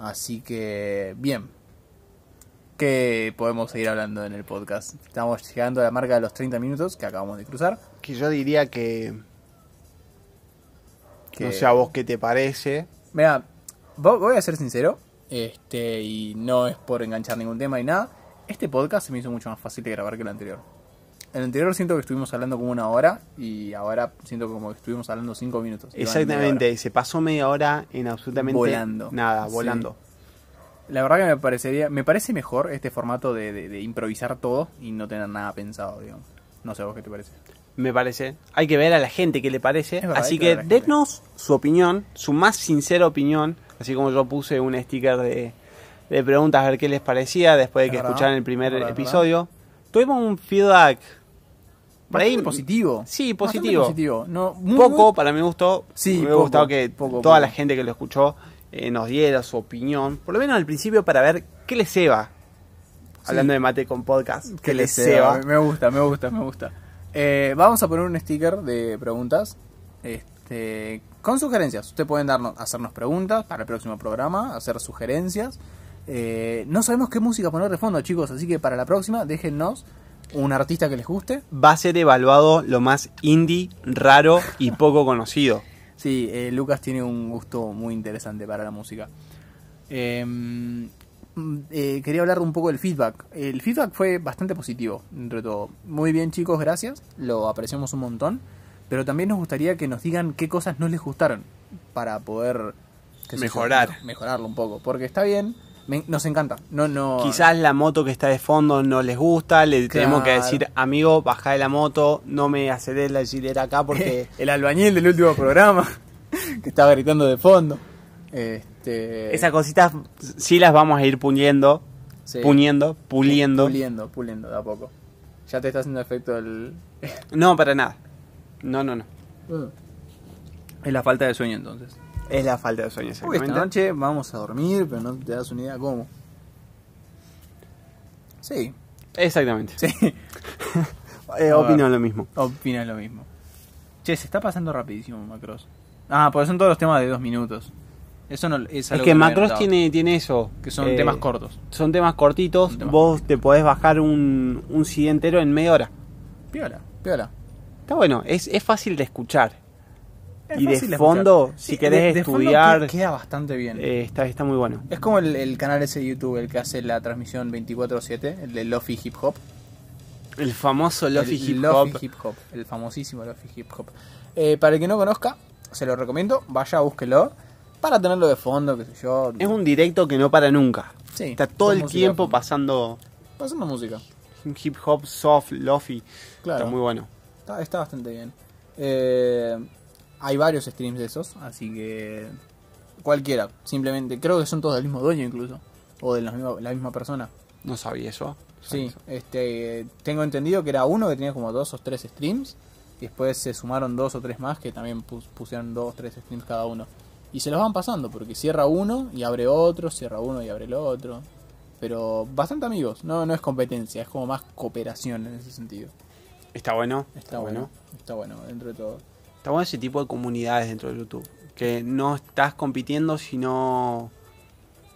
[SPEAKER 1] Así que, bien, que podemos seguir hablando en el podcast. Estamos llegando a la marca de los 30 minutos que acabamos de cruzar.
[SPEAKER 2] Que yo diría que.
[SPEAKER 1] Que-
[SPEAKER 2] No sé a vos qué te parece.
[SPEAKER 1] Mira, vo- voy a ser sincero, este, y no es por enganchar ningún tema ni nada. Este podcast se me hizo mucho más fácil de grabar que el anterior. El anterior siento que estuvimos hablando como una hora y ahora siento como que estuvimos hablando cinco minutos. Y van media hora.
[SPEAKER 2] Exactamente, se pasó media hora en absolutamente
[SPEAKER 1] Volando.
[SPEAKER 2] nada,
[SPEAKER 1] Sí.
[SPEAKER 2] volando.
[SPEAKER 1] La verdad que me parecería, me parece mejor este formato de, de- de improvisar todo y no tener nada pensado, digamos. No sé a vos qué te parece.
[SPEAKER 2] Me parece. Hay que ver a la gente qué le parece.
[SPEAKER 1] Es verdad, hay
[SPEAKER 2] así
[SPEAKER 1] que ver
[SPEAKER 2] que
[SPEAKER 1] a la gente.
[SPEAKER 2] denos su opinión, su más sincera opinión. Así como yo puse un sticker de, de preguntas a ver qué les parecía después de
[SPEAKER 1] Es
[SPEAKER 2] que
[SPEAKER 1] verdad,
[SPEAKER 2] escucharan el primer
[SPEAKER 1] es verdad, es
[SPEAKER 2] episodio. Tuvimos un feedback. Por ahí-
[SPEAKER 1] Bastante positivo.
[SPEAKER 2] Sí,
[SPEAKER 1] Bastante
[SPEAKER 2] positivo.
[SPEAKER 1] positivo. No, muy-
[SPEAKER 2] Poco
[SPEAKER 1] muy-
[SPEAKER 2] para mi gusto.
[SPEAKER 1] Sí,
[SPEAKER 2] me hubiera
[SPEAKER 1] poco,
[SPEAKER 2] gustado que
[SPEAKER 1] poco,
[SPEAKER 2] toda
[SPEAKER 1] poco.
[SPEAKER 2] la gente que lo escuchó eh, nos diera su opinión. Por lo menos al principio para ver qué les ceba. Hablando de mate con podcast. ¿Qué,
[SPEAKER 1] Que le
[SPEAKER 2] les
[SPEAKER 1] ceba.
[SPEAKER 2] ceba?
[SPEAKER 1] Me gusta, me gusta, me gusta. Eh, vamos a poner un sticker de preguntas. Este, con sugerencias. Ustedes pueden darnos, hacernos preguntas para el próximo programa, hacer sugerencias. Eh, no sabemos qué música poner de fondo, chicos, así que para la próxima déjennos un artista que les guste.
[SPEAKER 2] va a ser evaluado lo más indie, raro y poco conocido.
[SPEAKER 1] [LAUGHS] Sí, eh, Lucas tiene un gusto muy interesante para la música. Eh, mm, eh, quería hablar un poco del feedback. El feedback fue bastante positivo, entre todo. Muy bien, chicos, gracias. Lo apreciamos un montón. Pero también nos gustaría que nos digan qué cosas no les gustaron para poder qué sé yo,
[SPEAKER 2] Mejorar.
[SPEAKER 1] me- mejorarlo un poco. Porque está bien, me- nos encanta. No, no. [LAUGHS]
[SPEAKER 2] Quizás la moto que está de fondo no les gusta, le tenemos que
[SPEAKER 1] Claro.
[SPEAKER 2] decir, amigo, baja de la moto, no me accedes la chilera acá
[SPEAKER 1] [LAUGHS]
[SPEAKER 2] porque...
[SPEAKER 1] el albañil del último programa [LAUGHS] que estaba gritando de fondo. Este,
[SPEAKER 2] Esas cositas sí las vamos a ir puliendo,
[SPEAKER 1] sí.
[SPEAKER 2] puliendo, puliendo.
[SPEAKER 1] Puliendo, puliendo, de a poco. Ya te está haciendo efecto el.
[SPEAKER 2] No, para nada. No, no, no.
[SPEAKER 1] Mm. Es la falta de sueño entonces.
[SPEAKER 2] Es la falta de sueño,
[SPEAKER 1] Porque esta
[SPEAKER 2] exactamente.
[SPEAKER 1] noche vamos a dormir, pero no te das una idea cómo. Sí, [LAUGHS]
[SPEAKER 2] Exactamente.
[SPEAKER 1] sí.
[SPEAKER 2] Eh,
[SPEAKER 1] A
[SPEAKER 2] opino
[SPEAKER 1] ver.
[SPEAKER 2] lo mismo.
[SPEAKER 1] Opinas lo mismo. Che, se está pasando rapidísimo Macros. Ah, porque son todos los temas de dos minutos. Eso no es
[SPEAKER 2] Es
[SPEAKER 1] algo
[SPEAKER 2] que
[SPEAKER 1] no había
[SPEAKER 2] Macross
[SPEAKER 1] notado.
[SPEAKER 2] tiene, tiene eso.
[SPEAKER 1] Que son
[SPEAKER 2] eh,
[SPEAKER 1] temas cortos.
[SPEAKER 2] Son temas cortitos,
[SPEAKER 1] Son temas
[SPEAKER 2] vos te podés bajar un, un CD entero en media hora.
[SPEAKER 1] Piola, piola.
[SPEAKER 2] Está bueno, es, es fácil de escuchar.
[SPEAKER 1] Es
[SPEAKER 2] y de
[SPEAKER 1] fácil escuchar.
[SPEAKER 2] fondo, si
[SPEAKER 1] Sí,
[SPEAKER 2] querés
[SPEAKER 1] de- de fondo
[SPEAKER 2] estudiar,
[SPEAKER 1] que- queda bastante bien.
[SPEAKER 2] eh, está, está muy bueno.
[SPEAKER 1] Es como el, el canal ese de YouTube, el que hace la transmisión 24-7, el de Lofi Hip Hop.
[SPEAKER 2] El famoso Lofi
[SPEAKER 1] El
[SPEAKER 2] Hip
[SPEAKER 1] Lofi
[SPEAKER 2] Hop.
[SPEAKER 1] Hip Hop, el famosísimo Lofi Hip Hop. Eh, para el que no conozca, se lo recomiendo, vaya, búsquelo. Para tenerlo de fondo, qué sé yo.
[SPEAKER 2] Es un directo que no para nunca.
[SPEAKER 1] Sí,
[SPEAKER 2] está todo
[SPEAKER 1] con
[SPEAKER 2] el
[SPEAKER 1] música de
[SPEAKER 2] tiempo
[SPEAKER 1] fondo.
[SPEAKER 2] pasando
[SPEAKER 1] Pasando música.
[SPEAKER 2] hip hop, soft, lofi.
[SPEAKER 1] Claro.
[SPEAKER 2] Está muy bueno.
[SPEAKER 1] Está, está bastante bien. Eh, hay varios streams de esos, así que. Cualquiera, simplemente. Creo que son todos del mismo dueño, incluso. O de la misma, la misma persona.
[SPEAKER 2] No sabía eso.
[SPEAKER 1] Sí, este, eh, tengo entendido que era uno que tenía como dos o tres streams. Y después se sumaron dos o tres más que también pus- pusieron dos o tres streams cada uno. Y se los van pasando, porque cierra uno y abre otro, cierra uno y abre el otro. Pero bastante amigos, no, no es competencia, es como más cooperación en ese sentido.
[SPEAKER 2] Está bueno.
[SPEAKER 1] Está, bueno. está bueno, dentro de todo.
[SPEAKER 2] Está bueno ese tipo de comunidades dentro de YouTube. Que no estás compitiendo, sino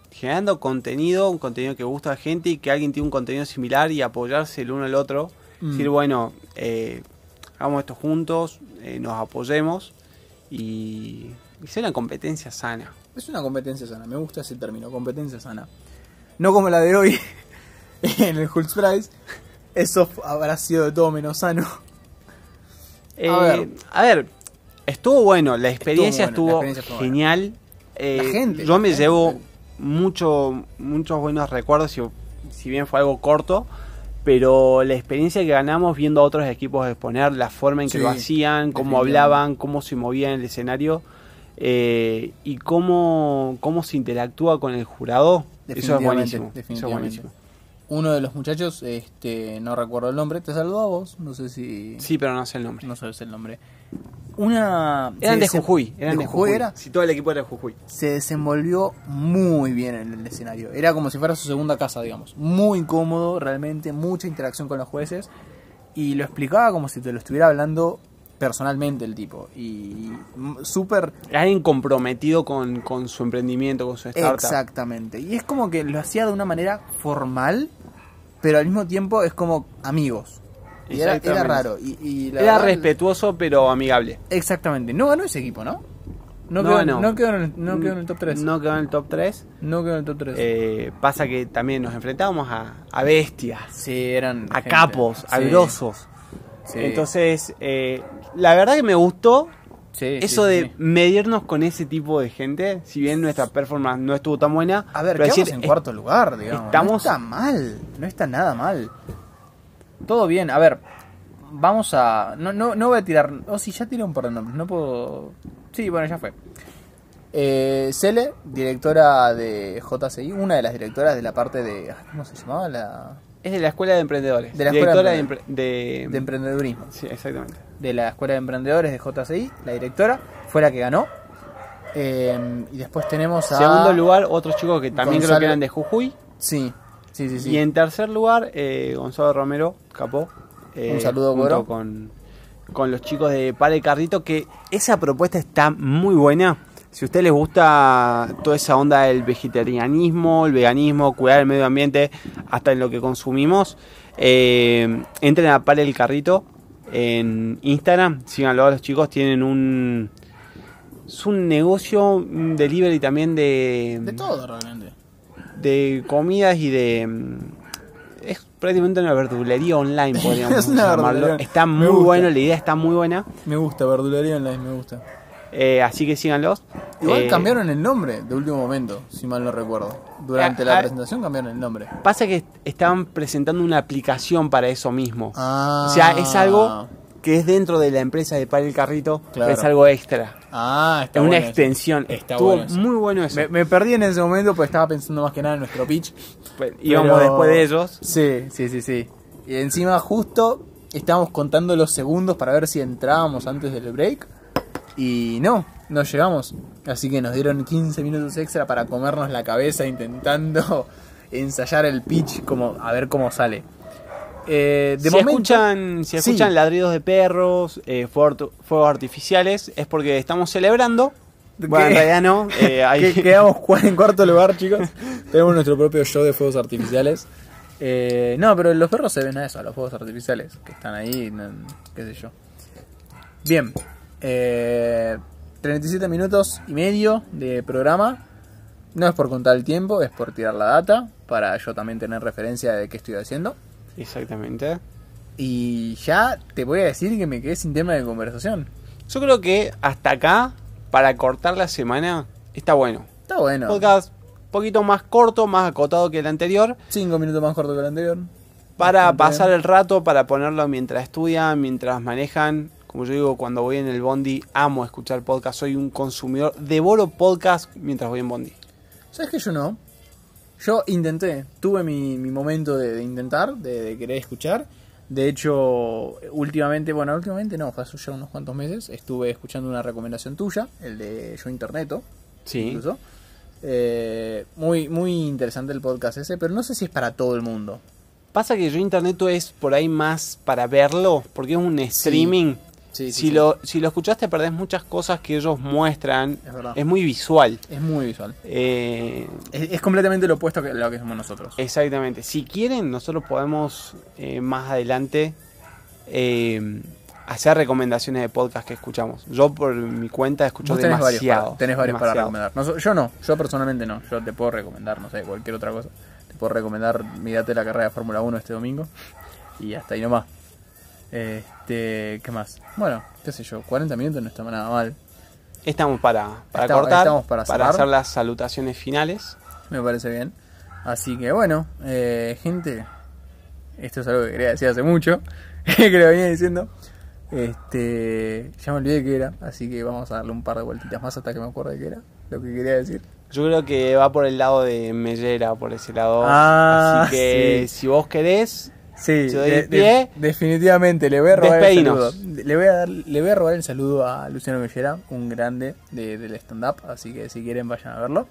[SPEAKER 2] generando contenido, un contenido que gusta a la gente y que alguien tiene un contenido similar y apoyarse el uno al otro.
[SPEAKER 1] Mm.
[SPEAKER 2] Decir, bueno, eh, hagamos esto juntos, eh, nos apoyemos y, y sea una competencia sana.
[SPEAKER 1] Es una competencia sana, me gusta ese término, competencia sana. No como la de hoy [LAUGHS] en el Hulk Prize, eso f- habrá sido de todo menos sano.
[SPEAKER 2] Eh,
[SPEAKER 1] ver.
[SPEAKER 2] a ver, estuvo bueno, la experiencia
[SPEAKER 1] Estuvo bueno,
[SPEAKER 2] estuvo,
[SPEAKER 1] la experiencia estuvo
[SPEAKER 2] genial. Eh,
[SPEAKER 1] La gente,
[SPEAKER 2] yo me
[SPEAKER 1] la
[SPEAKER 2] llevo
[SPEAKER 1] gente.
[SPEAKER 2] mucho, muchos buenos recuerdos, si, si bien fue algo corto, pero la experiencia que ganamos viendo a otros equipos exponer, la forma en que
[SPEAKER 1] Sí,
[SPEAKER 2] lo hacían, cómo
[SPEAKER 1] definitivamente.
[SPEAKER 2] hablaban, cómo se movían en el escenario eh, y cómo, cómo se interactúa con el jurado, eso es
[SPEAKER 1] Definitivamente,
[SPEAKER 2] buenísimo. Eso es
[SPEAKER 1] definitivamente.
[SPEAKER 2] buenísimo.
[SPEAKER 1] Uno de los muchachos, este, no recuerdo el nombre, te saludó a vos, no sé si...
[SPEAKER 2] Sí, pero no sé el nombre.
[SPEAKER 1] No sabes el nombre. Una... se
[SPEAKER 2] Eran de
[SPEAKER 1] desem-
[SPEAKER 2] Jujuy, eran
[SPEAKER 1] ¿De Jujuy era?
[SPEAKER 2] Sí, todo el equipo era de Jujuy.
[SPEAKER 1] Se desenvolvió muy bien en el escenario. Era como si fuera su segunda casa, digamos. Muy cómodo, realmente, mucha interacción con los jueces. Y lo explicaba como si te lo estuviera hablando personalmente el tipo. Y mm, súper...
[SPEAKER 2] Alguien comprometido con, con su emprendimiento, con su startup.
[SPEAKER 1] Exactamente. Y es como que lo hacía de una manera formal, pero al mismo tiempo es como amigos. Y era, era
[SPEAKER 2] Exactamente.
[SPEAKER 1] raro. Y, y la
[SPEAKER 2] Era
[SPEAKER 1] verdad-
[SPEAKER 2] respetuoso pero amigable.
[SPEAKER 1] Exactamente. No ganó ese equipo, ¿no? No,
[SPEAKER 2] No
[SPEAKER 1] quedó,
[SPEAKER 2] ganó.
[SPEAKER 1] no quedó en el, no quedó en el top 3. No,
[SPEAKER 2] No Eh, quedó en el top 3.
[SPEAKER 1] quedó en el top 3.
[SPEAKER 2] pasa que también nos enfrentábamos a, a bestias,
[SPEAKER 1] sí, eran...
[SPEAKER 2] a
[SPEAKER 1] gente.
[SPEAKER 2] capos, a
[SPEAKER 1] Sí,
[SPEAKER 2] grosos.
[SPEAKER 1] sí,
[SPEAKER 2] Entonces, eh, la verdad que me gustó
[SPEAKER 1] sí,
[SPEAKER 2] eso
[SPEAKER 1] sí,
[SPEAKER 2] de
[SPEAKER 1] sí.
[SPEAKER 2] medirnos con ese tipo de gente. Si bien nuestra performance no estuvo tan buena,
[SPEAKER 1] A ver,
[SPEAKER 2] pero
[SPEAKER 1] quedamos
[SPEAKER 2] decir,
[SPEAKER 1] en
[SPEAKER 2] eh,
[SPEAKER 1] cuarto lugar, digamos. No
[SPEAKER 2] estamos-
[SPEAKER 1] está mal, no está nada mal. Todo bien, a ver, vamos a... No, no, no voy a tirar... Oh, sí, ya tiré un par de nombres, no puedo... Sí, bueno, ya fue. Eh, Cele, directora de JCI, una de las directoras de la parte de... ah, ¿Cómo se llamaba? La...
[SPEAKER 2] Es de la Escuela de Emprendedores.
[SPEAKER 1] De la
[SPEAKER 2] Directora de,
[SPEAKER 1] Escuela
[SPEAKER 2] empre- de-
[SPEAKER 1] De emprendedurismo.
[SPEAKER 2] Sí, exactamente.
[SPEAKER 1] de la Escuela de Emprendedores de JCI, la directora, fue la que ganó. Eh, y después tenemos a...
[SPEAKER 2] Segundo lugar, otros chicos que también creo
[SPEAKER 1] Gonzalo-
[SPEAKER 2] que eran de Jujuy.
[SPEAKER 1] Sí, sí, sí. sí.
[SPEAKER 2] Y en tercer lugar, eh, Gonzalo Romero, capó. eh,
[SPEAKER 1] Un saludo,
[SPEAKER 2] junto
[SPEAKER 1] Goro.
[SPEAKER 2] con, con los chicos de Pare Carrito, que esa propuesta está muy buena. Si a ustedes les gusta toda esa onda del vegetarianismo, el veganismo, cuidar el medio ambiente, hasta en lo que consumimos, eh, entren a Pare el Carrito en Instagram, síganlo a los chicos, tienen un... Es un negocio, un delivery también de...
[SPEAKER 1] De todo realmente.
[SPEAKER 2] de comidas y de mm, es prácticamente una verdulería
[SPEAKER 1] [LAUGHS]
[SPEAKER 2] online podríamos
[SPEAKER 1] Es una
[SPEAKER 2] llamarlo
[SPEAKER 1] verdulería.
[SPEAKER 2] está
[SPEAKER 1] Me
[SPEAKER 2] muy
[SPEAKER 1] gusta.
[SPEAKER 2] bueno la idea está muy buena
[SPEAKER 1] Me gusta, verdulería online, me gusta.
[SPEAKER 2] eh, así que síganlos
[SPEAKER 1] Igual
[SPEAKER 2] Eh,
[SPEAKER 1] cambiaron el nombre de último momento, si mal no recuerdo. Durante
[SPEAKER 2] Ah,
[SPEAKER 1] la
[SPEAKER 2] ah.
[SPEAKER 1] presentación cambiaron el nombre.
[SPEAKER 2] pasa que est- estaban presentando una aplicación para eso mismo
[SPEAKER 1] Ah.
[SPEAKER 2] o sea es algo que es dentro de la empresa de Par el Carrito pero
[SPEAKER 1] Claro.
[SPEAKER 2] es algo extra
[SPEAKER 1] Ah,
[SPEAKER 2] es
[SPEAKER 1] está
[SPEAKER 2] una
[SPEAKER 1] bueno eso.
[SPEAKER 2] extensión
[SPEAKER 1] Está
[SPEAKER 2] estuvo
[SPEAKER 1] bueno eso.
[SPEAKER 2] muy bueno eso
[SPEAKER 1] Me, me perdí en ese momento porque estaba pensando más que nada en nuestro pitch.
[SPEAKER 2] Pues, íbamos
[SPEAKER 1] Pero-
[SPEAKER 2] después de ellos
[SPEAKER 1] Sí, sí, sí, sí. Y encima justo estábamos contando los segundos para ver si entrábamos antes del break. Y no, no llegamos. Así que nos dieron 15 minutos extra para comernos la cabeza intentando [LAUGHS] ensayar el pitch como a ver cómo sale. Eh, de
[SPEAKER 2] si
[SPEAKER 1] momento,
[SPEAKER 2] escuchan, si
[SPEAKER 1] Sí.
[SPEAKER 2] escuchan ladridos de perros, eh, fuego- fuegos artificiales, es porque estamos celebrando.
[SPEAKER 1] ¿Qué?
[SPEAKER 2] Bueno, en realidad no. [LAUGHS] eh, hay-
[SPEAKER 1] que- quedamos cua- en cuarto lugar, chicos. Tenemos nuestro propio show de fuegos artificiales. Eh, no, pero los perros se ven a eso, a los fuegos artificiales que están ahí, no- qué sé yo. Bien, eh, 37 minutos y medio de programa. No es por contar el tiempo, es por tirar la data, para yo también tener referencia de qué estoy haciendo.
[SPEAKER 2] Exactamente.
[SPEAKER 1] Y ya te voy a decir que me quedé sin tema de conversación.
[SPEAKER 2] Yo creo que hasta acá, para cortar la semana, está bueno.
[SPEAKER 1] Está bueno.
[SPEAKER 2] Podcast un poquito más corto, más acotado que el anterior.
[SPEAKER 1] 5 minutos más corto que el anterior.
[SPEAKER 2] Para
[SPEAKER 1] Bastante bien.
[SPEAKER 2] pasar el rato, para ponerlo mientras estudian, mientras manejan. Como yo digo, cuando voy en el bondi, amo escuchar podcast. Soy un consumidor. Devoro podcast mientras voy en bondi.
[SPEAKER 1] ¿Sabes que yo no? Yo intenté, tuve mi, mi momento de, de intentar, de, de querer escuchar. De hecho, últimamente, bueno, últimamente no, fue hace ya unos cuantos meses, estuve escuchando una recomendación tuya, el de Yo Interneto,
[SPEAKER 2] Sí.
[SPEAKER 1] incluso. Eh, muy, muy interesante el podcast ese, pero no sé si es para todo el mundo.
[SPEAKER 2] Pasa que yo internet es por ahí más para verlo, porque es un streaming.
[SPEAKER 1] Sí, sí,
[SPEAKER 2] si,
[SPEAKER 1] sí.
[SPEAKER 2] Lo, si lo escuchaste perdés muchas cosas que ellos muestran.
[SPEAKER 1] Es verdad.
[SPEAKER 2] muy visual.
[SPEAKER 1] Es muy visual.
[SPEAKER 2] Eh,
[SPEAKER 1] Es, es completamente lo opuesto que lo que somos nosotros.
[SPEAKER 2] exactamente. Si quieren, nosotros podemos eh, más adelante eh, hacer recomendaciones de podcast que escuchamos. Yo por mi cuenta escucho
[SPEAKER 1] Vos tenés varios,
[SPEAKER 2] demasiado.
[SPEAKER 1] para, tenés varios para
[SPEAKER 2] demasiado.
[SPEAKER 1] recomendar. No so- yo no, yo personalmente no. Yo te puedo recomendar, no sé, cualquier otra cosa. Te puedo recomendar, mirate la carrera de Fórmula 1 este domingo. Y hasta ahí nomás. Este, ¿qué más? Bueno, qué sé yo, 40 minutos no está nada mal.
[SPEAKER 2] Estamos para, para
[SPEAKER 1] Estamos-
[SPEAKER 2] cortar,
[SPEAKER 1] estamos para
[SPEAKER 2] para,
[SPEAKER 1] cerrar.
[SPEAKER 2] hacer las salutaciones finales.
[SPEAKER 1] Me parece bien. Así que bueno, eh, gente, esto es algo que quería decir hace mucho, [LAUGHS] que lo venía diciendo. Este, ya me olvidé que era, así que vamos a darle un par de vueltitas más hasta que me acuerde que era lo que quería decir.
[SPEAKER 2] Yo creo que va por el lado de Mellera, por ese lado.
[SPEAKER 1] Ah,
[SPEAKER 2] Así que
[SPEAKER 1] sí.
[SPEAKER 2] si vos querés,
[SPEAKER 1] Sí,
[SPEAKER 2] Yo doy
[SPEAKER 1] de-
[SPEAKER 2] el pie.
[SPEAKER 1] de- definitivamente le voy a robar
[SPEAKER 2] Despedinos.
[SPEAKER 1] el saludo. Le voy a dar, le voy a robar el saludo a Luciano Mellera, un grande de- del stand-up, así que si quieren vayan a verlo.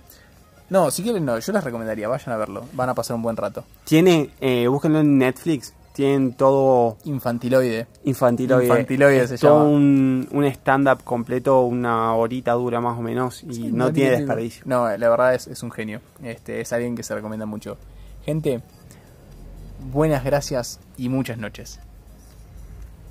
[SPEAKER 1] No, si quieren no, yo les recomendaría, vayan a verlo, van a pasar un buen rato.
[SPEAKER 2] tiene, eh, búsquenlo en Netflix, tienen todo
[SPEAKER 1] Infantiloide.
[SPEAKER 2] infantiloide.
[SPEAKER 1] Infantiloide se
[SPEAKER 2] Es todo
[SPEAKER 1] llama.
[SPEAKER 2] un, un stand-up completo, una horita dura más o menos, y
[SPEAKER 1] Sí,
[SPEAKER 2] no tiene
[SPEAKER 1] magnífico.
[SPEAKER 2] desperdicio.
[SPEAKER 1] No, la verdad es, es un genio. Este, es alguien que se recomienda mucho. Gente, buenas gracias y muchas noches.